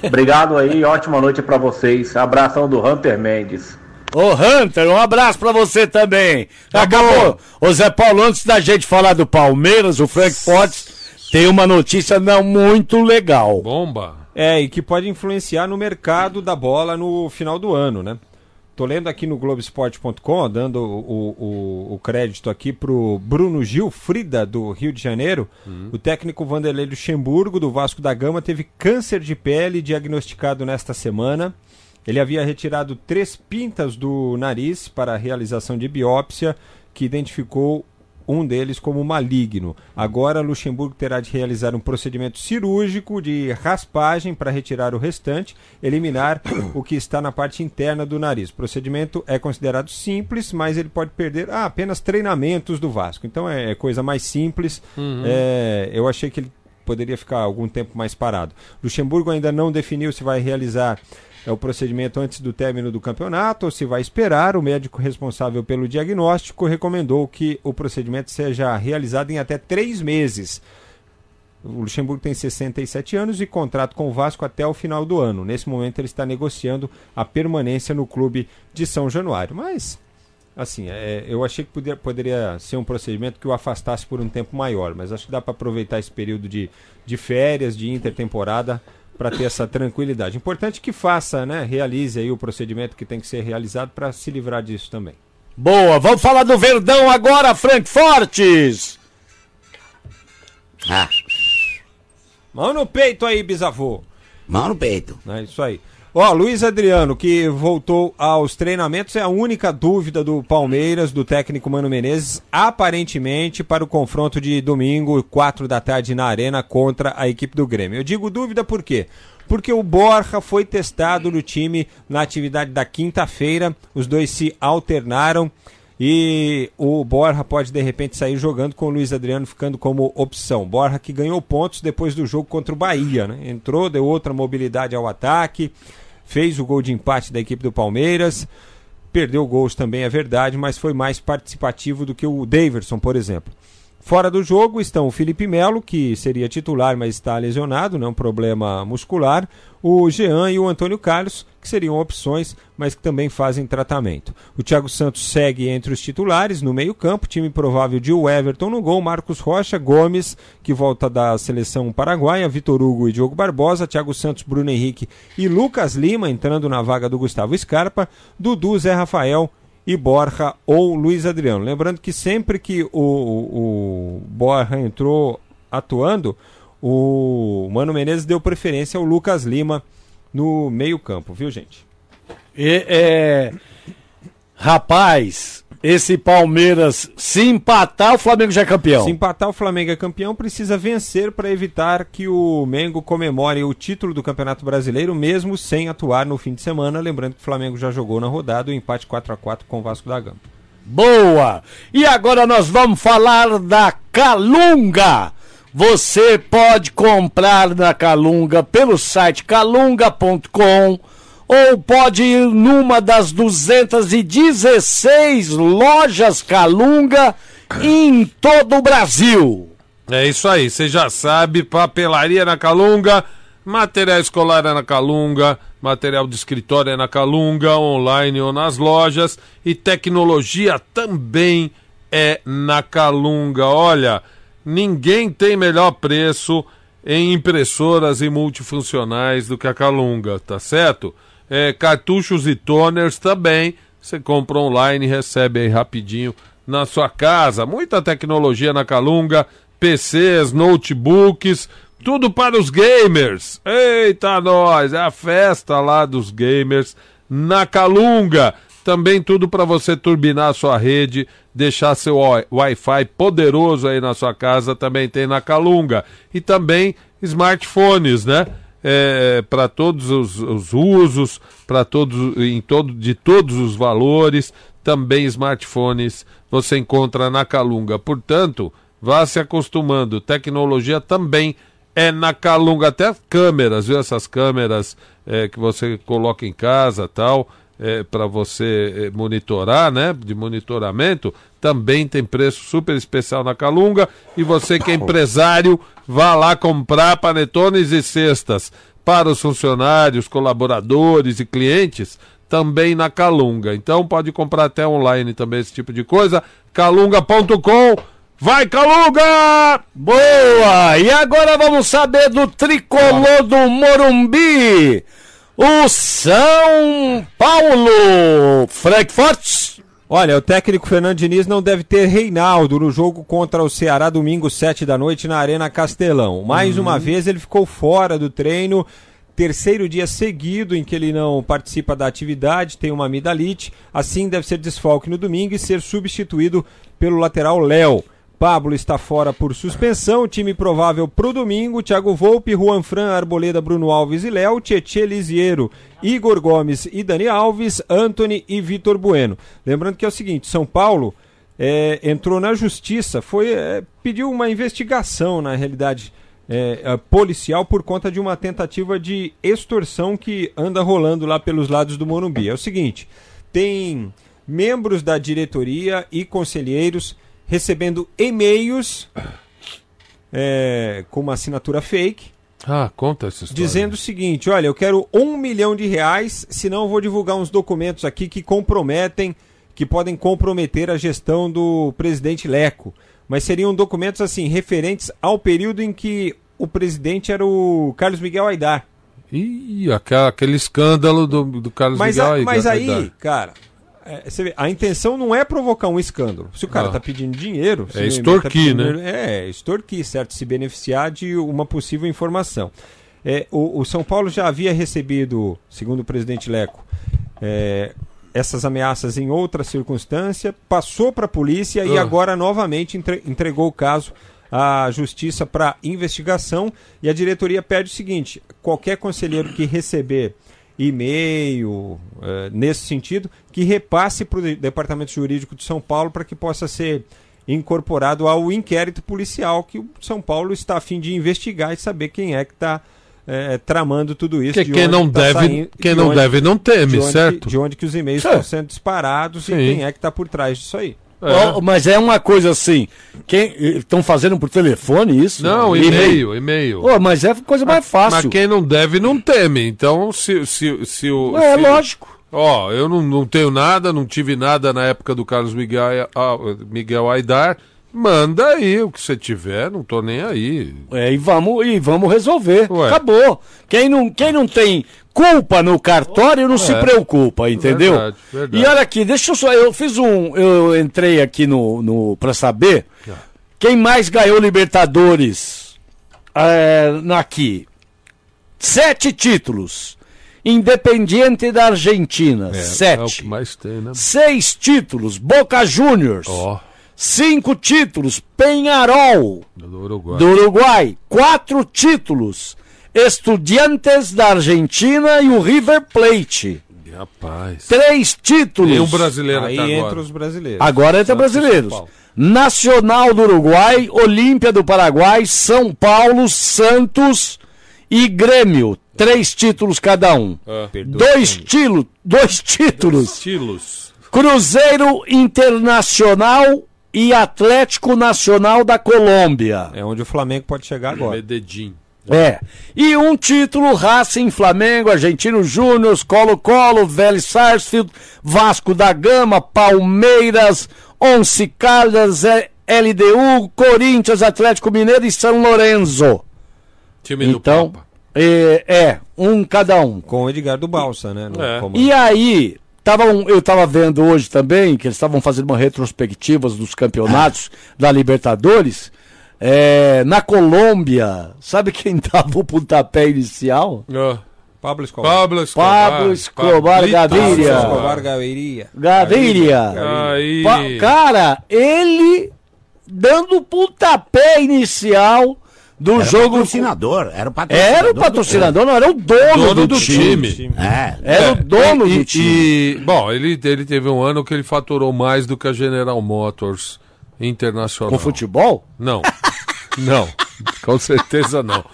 Obrigado aí, ótima noite pra vocês. Abração do Hunter Mendes. Ô Hunter, um abraço pra você também. Acabou. Ô Zé Paulo, antes da gente falar do Palmeiras, o Frank Potts tem uma notícia não muito legal. Bomba. É, e que pode influenciar no mercado da bola no final do ano, né? Tô lendo aqui no Globoesporte.com, dando o, o- o crédito aqui pro Bruno Gil Frida, do Rio de Janeiro. O técnico Vanderlei Luxemburgo, do Vasco da Gama, teve câncer de pele diagnosticado nesta semana. Ele havia retirado três pintas do nariz para a realização de biópsia, que identificou um deles como maligno. Agora, Luxemburgo terá de realizar um procedimento cirúrgico de raspagem para retirar o restante, eliminar o que está na parte interna do nariz. O procedimento é considerado simples, mas ele pode perder ah, apenas treinamentos do Vasco. Então é coisa mais simples. Uhum. É, eu achei que ele poderia ficar algum tempo mais parado. Luxemburgo ainda não definiu se vai realizar é, o procedimento antes do término do campeonato ou se vai esperar. O médico responsável pelo diagnóstico recomendou que o procedimento seja realizado em até três meses. O Luxemburgo tem 67 anos e contrato com o Vasco até o final do ano. Nesse momento, ele está negociando a permanência no clube de São Januário. Mas, assim, é, eu achei que poder- poderia ser um procedimento que o afastasse por um tempo maior. Mas acho que dá para aproveitar esse período de, de férias, de intertemporada, para ter essa tranquilidade. Importante que faça, né? Realize aí o procedimento que tem que ser realizado para se livrar disso também. Boa, vamos falar do Verdão agora, Frank Fortes. Ah. Mão no peito aí, bisavô. Mão no peito. É isso aí. Ó, Luiz Adriano, que voltou aos treinamentos, é a única dúvida do Palmeiras, do técnico Mano Menezes, aparentemente para o confronto de domingo, 4 da tarde na Arena, contra a equipe do Grêmio. Eu digo dúvida por quê? Porque o Borja foi testado no time na atividade da quinta-feira, os dois se alternaram e o Borja pode de repente sair jogando com o Luiz Adriano ficando como opção. Borja que ganhou pontos depois do jogo contra o Bahia, né? Entrou, deu outra mobilidade ao ataque, fez o gol de empate da equipe do Palmeiras. Perdeu gols também, é verdade, mas foi mais participativo do que o Daverson, por exemplo. Fora do jogo estão o Felipe Melo, que seria titular, mas está lesionado, né, um problema muscular, o Jean e o Antônio Carlos, que seriam opções, mas que também fazem tratamento. O Thiago Santos segue entre os titulares no meio-campo, time provável de o Everton no gol, Marcos Rocha, Gomes, que volta da seleção paraguaia, Vitor Hugo e Diogo Barbosa, Thiago Santos, Bruno Henrique e Lucas Lima entrando na vaga do Gustavo Scarpa, Dudu, Zé Rafael e Borja ou Luiz Adriano. Lembrando que sempre que o, o, o Borja entrou atuando, o Mano Menezes deu preferência ao Lucas Lima no meio-campo, viu, gente? E, é, rapaz, esse Palmeiras, se empatar, o Flamengo já é campeão. Se empatar, o Flamengo é campeão, precisa vencer para evitar que o Mengo comemore o título do Campeonato Brasileiro, mesmo sem atuar no fim de semana. Lembrando que o Flamengo já jogou na rodada o empate 4 a 4 com o Vasco da Gama. Boa! E agora nós vamos falar da Calunga. Você pode comprar na Calunga pelo site calunga.com ou pode ir numa das 216 lojas Calunga em todo o Brasil. É isso aí, você já sabe, papelaria na Calunga, material escolar é na Calunga, material de escritório é na Calunga, online ou nas lojas, e tecnologia também é na Calunga. Olha, ninguém tem melhor preço em impressoras e multifuncionais do que a Calunga, tá certo? É, cartuchos e toners também, você compra online e recebe aí rapidinho na sua casa. Muita tecnologia na Calunga, PCs, notebooks, tudo para os gamers. Eita, nós! É a festa lá dos gamers na Calunga. Também tudo para você turbinar a sua rede, deixar seu Wi- Wi-Fi poderoso aí na sua casa, também tem na Calunga. E também smartphones, né? para todos os, os usos, para todos em todo de todos os valores, também smartphones você encontra na Calunga. Portanto, vá se acostumando. Tecnologia também é na é, Calunga, até câmeras, viu? Essas câmeras eh, que você coloca em casa, tal. para você eh, monitorar, né? De monitoramento, também tem preço super especial na Calunga. E você que é empresário, vá lá comprar panetones e cestas para os funcionários, colaboradores e clientes também na Calunga. Então pode comprar até online também esse tipo de coisa. Calunga.com. Vai, Calunga! Boa! E agora vamos saber do tricolor do Morumbi. O São Paulo. Frankfurt. Olha, o técnico Fernando Diniz não deve ter Reinaldo no jogo contra o Ceará domingo, 7 da noite, na Arena Castelão. Mais uma vez ele ficou fora do treino. Terceiro dia seguido em que ele não participa da atividade, tem uma amidalite. Assim deve ser desfalque no domingo e ser substituído pelo lateral Léo. Pablo está fora por suspensão, time provável para o domingo, Thiago Volpe, Juan Fran, Arboleda, Bruno Alves e Léo, Tietê Lisiero, Igor Gomes e Dani Alves, Anthony e Vitor Bueno. Lembrando que é o seguinte, São Paulo eh, entrou na justiça, foi eh, pediu uma investigação, na realidade, eh, eh, policial por conta de uma tentativa de extorsão que anda rolando lá pelos lados do Morumbi. É o seguinte, tem membros da diretoria e conselheiros recebendo e-mails é, com uma assinatura fake. Ah, conta essa história. Dizendo o seguinte: olha, eu quero um milhão de reais, senão eu vou divulgar uns documentos aqui que comprometem, que podem comprometer a gestão do presidente Leco. Mas seriam documentos, assim, referentes ao período em que o presidente era o Carlos Miguel Aidar. Ih, aquela- aquele escândalo do, do Carlos Mas, Miguel. a- aí, mas da- aí, da- cara, é, você vê, a intenção não é provocar um escândalo. Se o cara Ah. tá pedindo dinheiro. É se o Neymar tá extorquir, pedindo né? dinheiro, É, extorquir, certo? Se beneficiar de uma possível informação. É, o, o São Paulo já havia recebido, segundo o presidente Leco, é, essas ameaças em outra circunstância, passou para a polícia e Ah. agora novamente entre- entregou o caso à justiça para investigação. E a diretoria pede o seguinte: qualquer conselheiro que receber e-mail eh, nesse sentido, que repasse para o Departamento Jurídico de São Paulo para que possa ser incorporado ao inquérito policial que o São Paulo está a fim de investigar e saber quem é que está eh, tramando tudo isso. Que de quem onde não que tá deve- saindo- quem de não deve não teme, de onde que- certo? É. de onde que os e-mails Sim. estão sendo disparados Sim. e quem é que está por trás disso aí. Ó, Mas é uma coisa assim, quem estão fazendo por telefone isso? Não, e-mail, e-mail. Pô, mas é coisa mais fácil. Mas quem não deve não teme. Então, se, se, se o. É, se- lógico. Ó, eu não, não tenho nada, não tive nada na época do Carlos Miguel, ah, Miguel Aidar. Manda aí o que você tiver, não tô nem aí. É, e vamos, e vamos resolver. Acabou. Quem não, quem não tem culpa no cartório não se É. preocupa, entendeu? Verdade, verdade. E olha aqui, deixa eu só. Eu fiz um. Eu entrei aqui no, no para saber Ah. quem mais ganhou Libertadores é, aqui. Sete títulos. Independiente da Argentina, sete. É o que mais tem, né? Seis títulos, Boca Juniors. Cinco títulos, Penharol Do Uruguai. do Uruguai. Quatro títulos. Estudiantes da Argentina e o River Plate. Rapaz. Três títulos. Nenhum um brasileiro Aí até agora. entra os brasileiros. Agora entre brasileiros. Nacional do Uruguai, Olímpia do Paraguai, São Paulo, Santos e Grêmio. Três títulos cada um. Ah. Dois, tilo, dois títulos. Estilos. Cruzeiro Internacional e Atlético Nacional da Colômbia. É onde o Flamengo pode chegar agora. Medellín. É. E um título, Racing, Flamengo, Argentino Júnior, Colo-Colo, Vélez Sarsfield, Vasco da Gama, Palmeiras, Once Caldas, eh, LDU, Corinthians, Atlético Mineiro e São Lourenço. Time então, É, é, um cada um. Com o Edgar do Balsa, né? É. no comando. E aí, tava um- eu estava vendo hoje também que eles estavam fazendo uma retrospectiva dos campeonatos da Libertadores. É, na Colômbia, sabe quem dava o pontapé inicial? Pablo Escobar. Ah. Pablo Escobar. Pablo Escobar Pablito Gaviria. Escobar Gaviria. Gaviria. Aí. Pa- cara, ele dando o pontapé inicial do Era jogo. patrocinador, era o patrocinador. Era o do patrocinador, clube. não, era o dono, Dono do, do time. time. É. Era o dono e, do time. e- bom, ele, ele teve um ano que ele faturou mais do que a General Motors Internacional. Com futebol? Não. não. Com certeza não.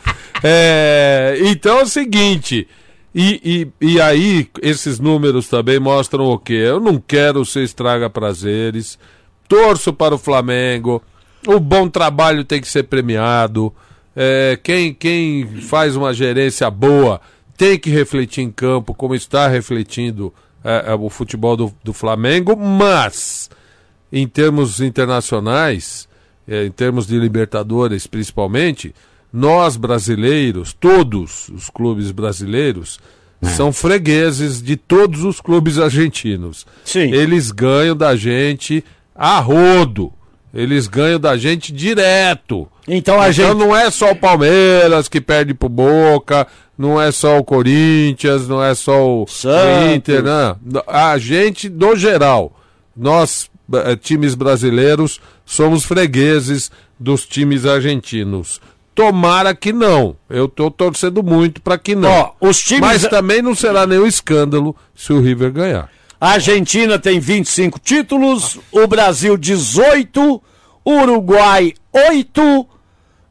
É, então é o seguinte. E, e, e aí, esses números também mostram o quê? Eu não quero ser estraga prazeres, torço para o Flamengo, o bom trabalho tem que ser premiado, é, quem, quem faz uma gerência boa tem que refletir em campo, como está refletindo é, é, o futebol do, do Flamengo, mas em termos internacionais, é, em termos de Libertadores principalmente, nós brasileiros, todos os clubes brasileiros, são fregueses de todos os clubes argentinos. Sim. Eles ganham da gente a rodo. Eles ganham da gente direto. Então a gente- não é só o Palmeiras que perde pro Boca, não é só o Corinthians, não é só o o Inter, né? A gente, no geral, nós, eh, times brasileiros, somos fregueses dos times argentinos. Tomara que não. Eu tô torcendo muito para que não. os times- Mas também não será nenhum escândalo se o River ganhar. A Argentina tem 25 títulos, o Brasil 18, Uruguai 8,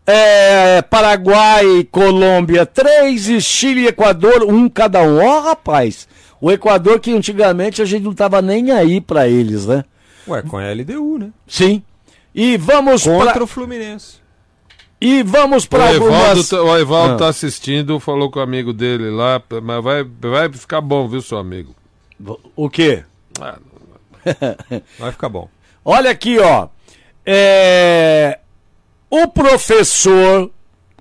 é, Paraguai e Colômbia 3 e Chile e Equador um cada um. Ó, rapaz, o Equador que antigamente a gente não tava nem aí pra eles, né? Ué, com a LDU, né? Sim. E vamos Contra pra- o Fluminense. E vamos O para Evaldo, algumas... tá- o Evaldo Ah. tá assistindo, falou com o amigo dele lá, mas vai, vai ficar bom, viu, seu amigo? Ah, O quê? Vai ficar bom. Olha aqui, ó. É, O professor,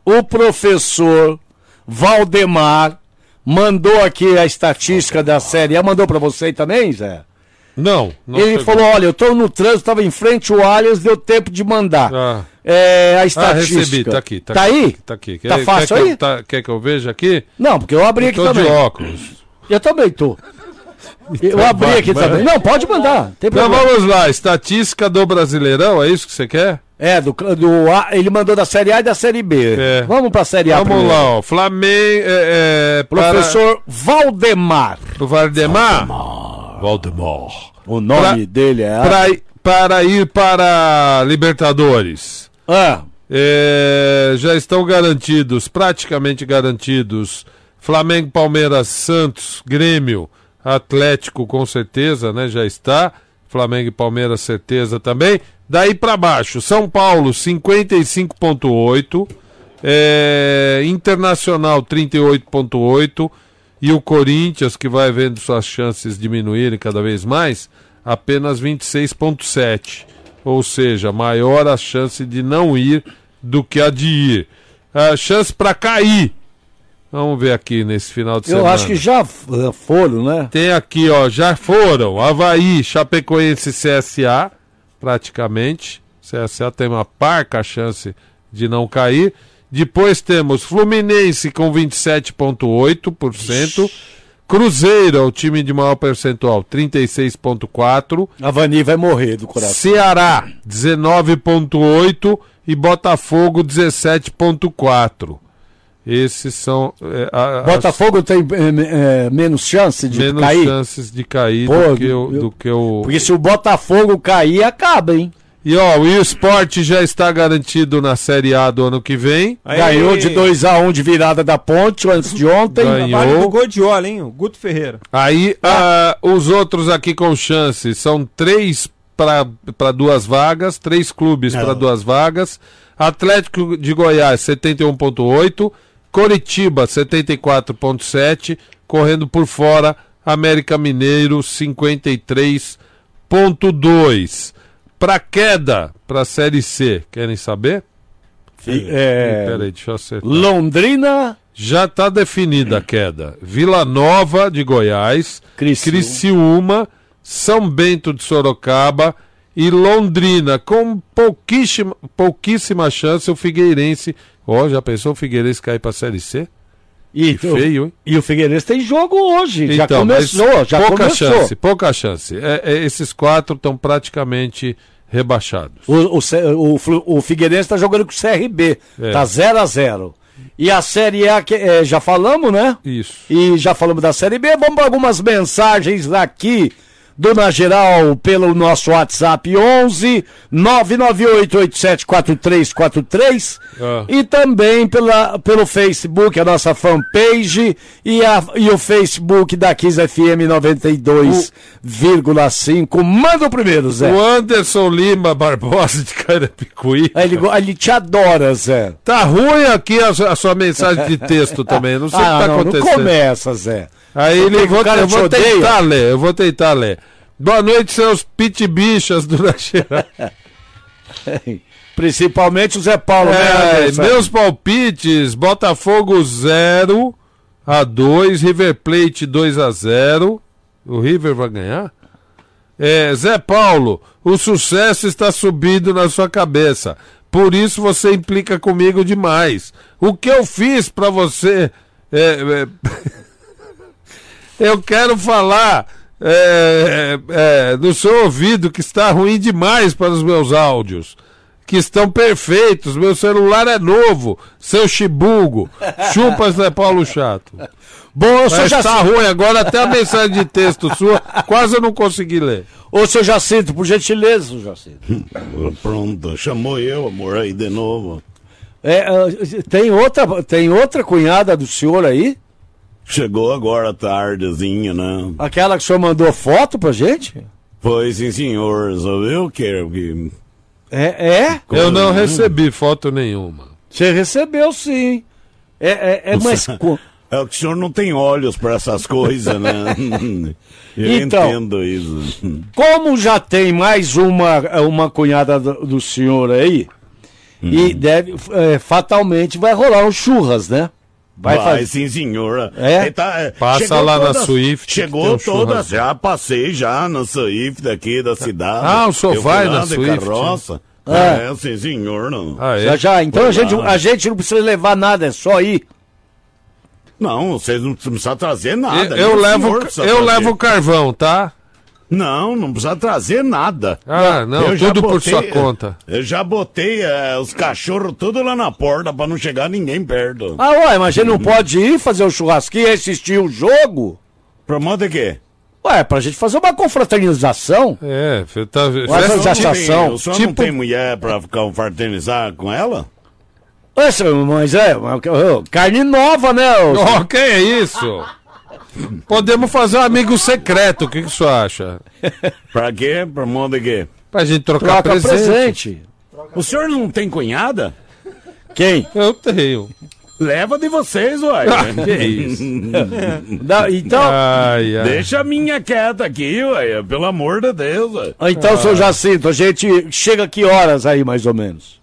o professor Valdemar mandou aqui a estatística da série. A mandou pra você também, Zé? Não. não Ele chegou. falou: olha, eu tô no trânsito, tava em frente ao Allianz, deu tempo de mandar. Ah. É, a Ah, estatística. recebi, tá aqui. Tá aqui, aí? Tá aqui. Tá fácil que eu- aí? tá- quer que eu veja aqui? Não, porque eu abri Eu aqui tô de também. óculos. Eu também tô. eu abri vai, aqui Então vai. também. Não, pode mandar. Tem Então problema. vamos lá, estatística do Brasileirão, é isso que você quer? É, do, do A, ele mandou da Série A e da Série B. Vamos pra Série A É. Vamos primeiro. lá, ó. Flamengo. É, é, para- Professor Valdemar. O Valdemar? Valdemar. O nome dele é. Pra, i- para ir para Libertadores. É, já estão garantidos, praticamente garantidos, Flamengo, Palmeiras, Santos, Grêmio, Atlético com certeza, né? Já está. Flamengo e Palmeiras certeza também. Daí para baixo, São Paulo 55.8, é, Internacional 38.8 e o Corinthians que vai vendo suas chances diminuírem cada vez mais, apenas 26.7 ou seja, maior a chance de não ir do que a de ir. A chance para cair. Vamos ver aqui nesse final de Eu semana. acho que já f- foram, né? Tem aqui, ó, já foram Havaí, Chapecoense e CSA, praticamente. CSA tem uma parca chance de não cair. Depois temos Fluminense com 27,8%. Cruzeiro é o time de maior percentual, 36,4%. A Vani vai morrer do coração. Ceará, 19,8%. E Botafogo, 17,4%. Esses são. é, a- as- Botafogo tem eh, eh, menos chance de menos cair? chances de cair Pô, do, que o, eu- do que o. Porque se o Botafogo cair, acaba, hein? E ó, o esporte já está garantido na Série A do ano que vem. Ganhou de 2x1 de virada da ponte antes de ontem. Ganhou. O Godiola, hein? O Guto Ferreira. Aí ah, os outros aqui com chance são três para duas vagas, três clubes para duas vagas. Atlético de Goiás 71.8, Coritiba 74.7, correndo por fora América Mineiro 53.2. Para queda, para Série C, querem saber? E, é, Ih, Peraí, deixa eu acertar. Londrina. Já está definida a queda. Vila Nova de Goiás, Criciúma. São Bento de Sorocaba e Londrina, com pouquíssima, pouquíssima chance o Figueirense. Ó, já pensou o Figueirense cair para a Série C? E, feio, hein? E o Figueirense tem jogo hoje. já Então, mas começou, já pouca começou. chance, pouca chance. É, é, esses quatro estão praticamente rebaixados. O, o, C- o, Flu- o Figueirense tá jogando com o CRB. É. Tá 0 a 0 E a Série A, que, eh, já falamos, né? Isso. E já falamos da Série B. Vamos para algumas mensagens aqui Dona Geral, pelo nosso WhatsApp 11 998874343 Ah. e também pela, pelo Facebook, a nossa fanpage e, a, e o Facebook da Kiss FM 92,5. Manda o primeiro, Zé. O Anderson Lima Barbosa de Carapicuí. Ele, go- ele te adora, Zé. Tá ruim aqui a, su- a sua mensagem de texto também. Não sei o Ah, que tá não, não acontecendo. começa, Zé. Aí Porque ele o vou, cara eu te vou odeia. tentar ler, eu vou tentar ler. Boa noite, seus pit bichas do Nacheira. Principalmente o Zé Paulo. né, É, Anderson? meus palpites: Botafogo 0 a 2, River Plate 2 a 0. O River vai ganhar? É, Zé Paulo, o sucesso está subindo na sua cabeça. Por isso você implica comigo demais. O que eu fiz pra você? é, é, eu quero falar é, é, no seu ouvido que está ruim demais para os meus áudios. Que estão perfeitos. Meu celular é novo. Seu chibugo. Chupa, Zé Paulo Chato. Bom, Mas você já está se- ruim agora. Até a mensagem de texto sua quase eu não consegui ler. Ô, seu Jacinto, por gentileza, seu Jacinto. Pronto, chamou eu, amor, aí de novo. É, ah, tem, outra, tem outra cunhada do senhor aí? Chegou agora tardezinha, né? Aquela que o senhor mandou foto pra gente? Foi sim, senhor, resolveu que... que... né? É? é? Eu não recebi foto nenhuma. Você recebeu sim. É, é, é mas. co- É que o senhor não tem olhos para essas coisas, né? Eu Então. entendo isso. Como já tem mais uma, uma cunhada do, do senhor aí, Hum. e deve, é, fatalmente vai rolar um churras, né? Vai, fazer- sim, senhora. É? Ele tá, é, Passa chegou lá na todas- Swift, que tem Chegou um todas, churrasco. já passei já na Swift aqui da cidade. um Ah, o senhor Eu fui vai lá na de Swift? carroça. É. É, sim, senhor. Não. Ah, é? Já, já. Então Foi a gente, lá. a gente não precisa levar nada, é só ir. Não, vocês não precisam trazer Eu- nada. eu nem o levo- senhor precisa eu trazer. levo o carvão, tá? Não, não precisa trazer nada. Ah, não, já tudo por sua conta. Eu já botei eh, os cachorros tudo lá na porta pra não chegar ninguém perto. Ah, ué, mas a gente não Uhum. pode ir fazer um churrasquinho e assistir o jogo? Pra modo quê? Ué, pra gente fazer uma confraternização. É, fe- tá, Uma O senhor não sensação, tem- um O senhor não tipo- tem mulher pra ficar um fraternizar com ela? Ué, seu- mas é, mas, ô, carne nova, né? ô? Oh, que é isso? Podemos fazer um amigo secreto, o que, que você acha? pra quê? Pra mão de quê? Pra gente trocar Troca presente. O senhor não tem cunhada? Quem? Eu tenho. Leva de vocês, uai. Ah, que isso. Não, então- Ai, ai. Deixa a minha quieta aqui, uai. Pelo amor de Deus, uai. Ah, Então, seu Jacinto, a gente chega que horas aí, mais ou menos?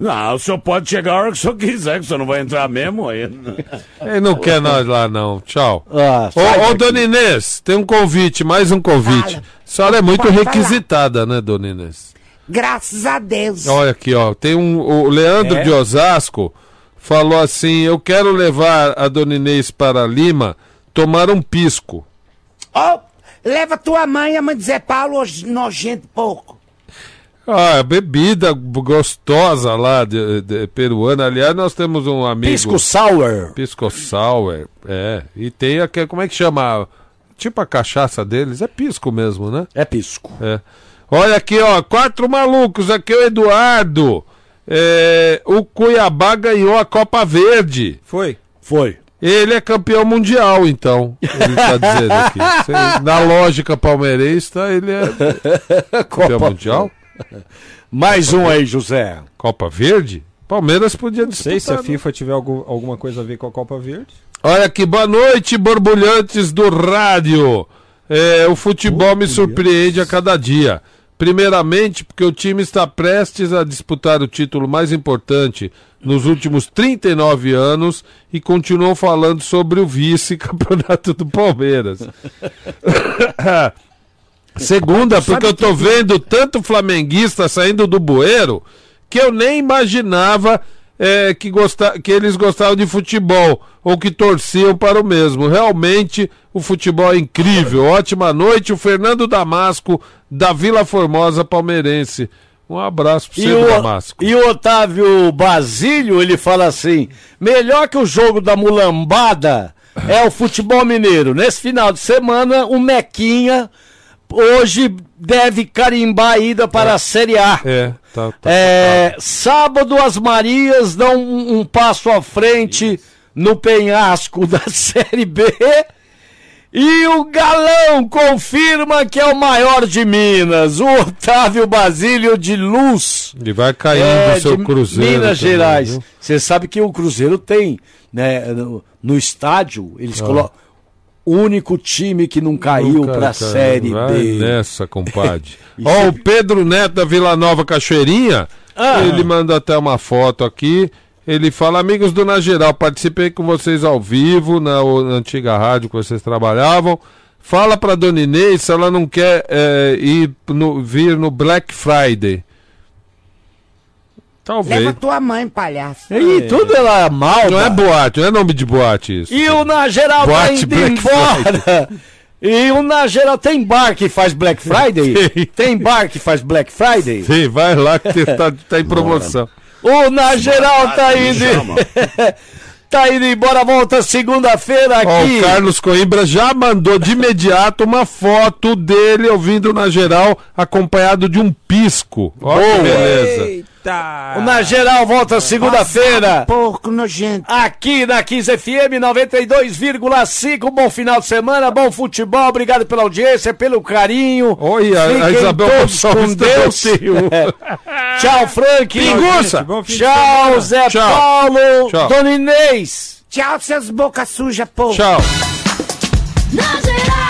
Não, o senhor pode chegar a hora que o senhor quiser, que o senhor não vai entrar mesmo aí. Ele não quer nós lá, não. Tchau. Ah, sai ô, ô, daqui. Dona Inês, tem um convite, mais um convite. A senhora é muito Pode falar. requisitada, né, Dona Inês? Graças a Deus. Olha aqui, ó. Tem um. O Leandro É? de Osasco falou assim: Eu quero levar a Dona Inês para Lima tomar um pisco. Ó, leva tua mãe, a mãe de Zé Paulo, hoje nojento pouco. Ah, bebida gostosa lá de, de- peruana. Aliás, nós temos um amigo. Pisco sour. Pisco sour, é. E tem aquele, como é que chama? Tipo a cachaça deles, é pisco mesmo, né? É pisco. Olha aqui, ó, quatro malucos. Aqui é o Eduardo. É, o Cuiabá ganhou a Copa Verde. Foi. Foi. Ele é campeão mundial, então. Ele tá dizendo aqui. Se- Na lógica palmeirense, tá, ele é campeão Copa- mundial. Mais um aí, José. Copa Verde? Palmeiras podia Não sei se a disputar, né? FIFA tiver algum- alguma coisa a ver com a Copa Verde. Olha que boa noite, borbulhantes do rádio. É, o futebol me surpreende a cada dia. Primeiramente, porque o time está prestes a disputar o título mais importante nos últimos 39 anos e continuam falando sobre o vice-campeonato do Palmeiras. Segunda, porque eu tô vendo tanto flamenguista saindo do bueiro que eu nem imaginava eh, que, gosta, que eles gostavam de futebol ou que torciam para o mesmo. Realmente, o futebol é incrível. Ótima noite, o Fernando Damasco, da Vila Formosa Palmeirense. Um abraço para E você, o, Damasco. e o Otávio Basílio, ele fala assim: melhor que o jogo da mulambada é o futebol mineiro. Nesse final de semana, o Mequinha hoje deve carimbar a ida para a Série A. É, tá, tá. É, sábado as Marias dão um, um passo à frente no penhasco da Série B. E o Galão confirma que é o maior de Minas, o Otávio Basílio de Luz. Ele vai caindo É, o seu de Cruzeiro. Minas também, Gerais. viu? Você sabe que o Cruzeiro tem, né? No, no estádio, eles Ah. colocam. O único time que não Cara, caiu um pra cara, Série vai né? B. Nessa, compadre. Ó, o Pedro Neto da Vila Nova Cachoeirinha, Ah. ele manda até uma foto aqui. Ele fala, amigos do Na Geral, participei com vocês ao vivo na, o- na antiga rádio que vocês trabalhavam. Fala pra Dona Inês se ela não quer eh, ir no- vir no Black Friday. Talvez. Leva tua mãe, palhaço. Ih, tudo ela mal. Não é boate, não é nome de boate isso. E o Na Geral tá Boate indo Black embora. E o Na Geral tem bar que faz Black Friday? Tem. tem bar que faz Black Friday? Sim, vai lá que tá, tá em promoção. O Na Geral tá me indo. chama. tá indo embora, volta segunda-feira Ó, aqui. o Carlos Coimbra já mandou de imediato uma foto dele ouvindo na geral, acompanhado de um pisco. Ó, que Boa. beleza. Eita! O Na Geral volta segunda-feira. Porco nojento. Aqui na 15 FM 92,5. Bom final de semana, bom futebol. Obrigado pela audiência, pelo carinho. Oi, a- a Isabel todos Gonçalves com Deus. também tem Tchau, Frank. Pinguça. Bom fim de semana. Tchau, Zé Tchau. Paulo. Tchau. Dona Inês. Tchau, seus boca suja, porco. Tchau. Na geral.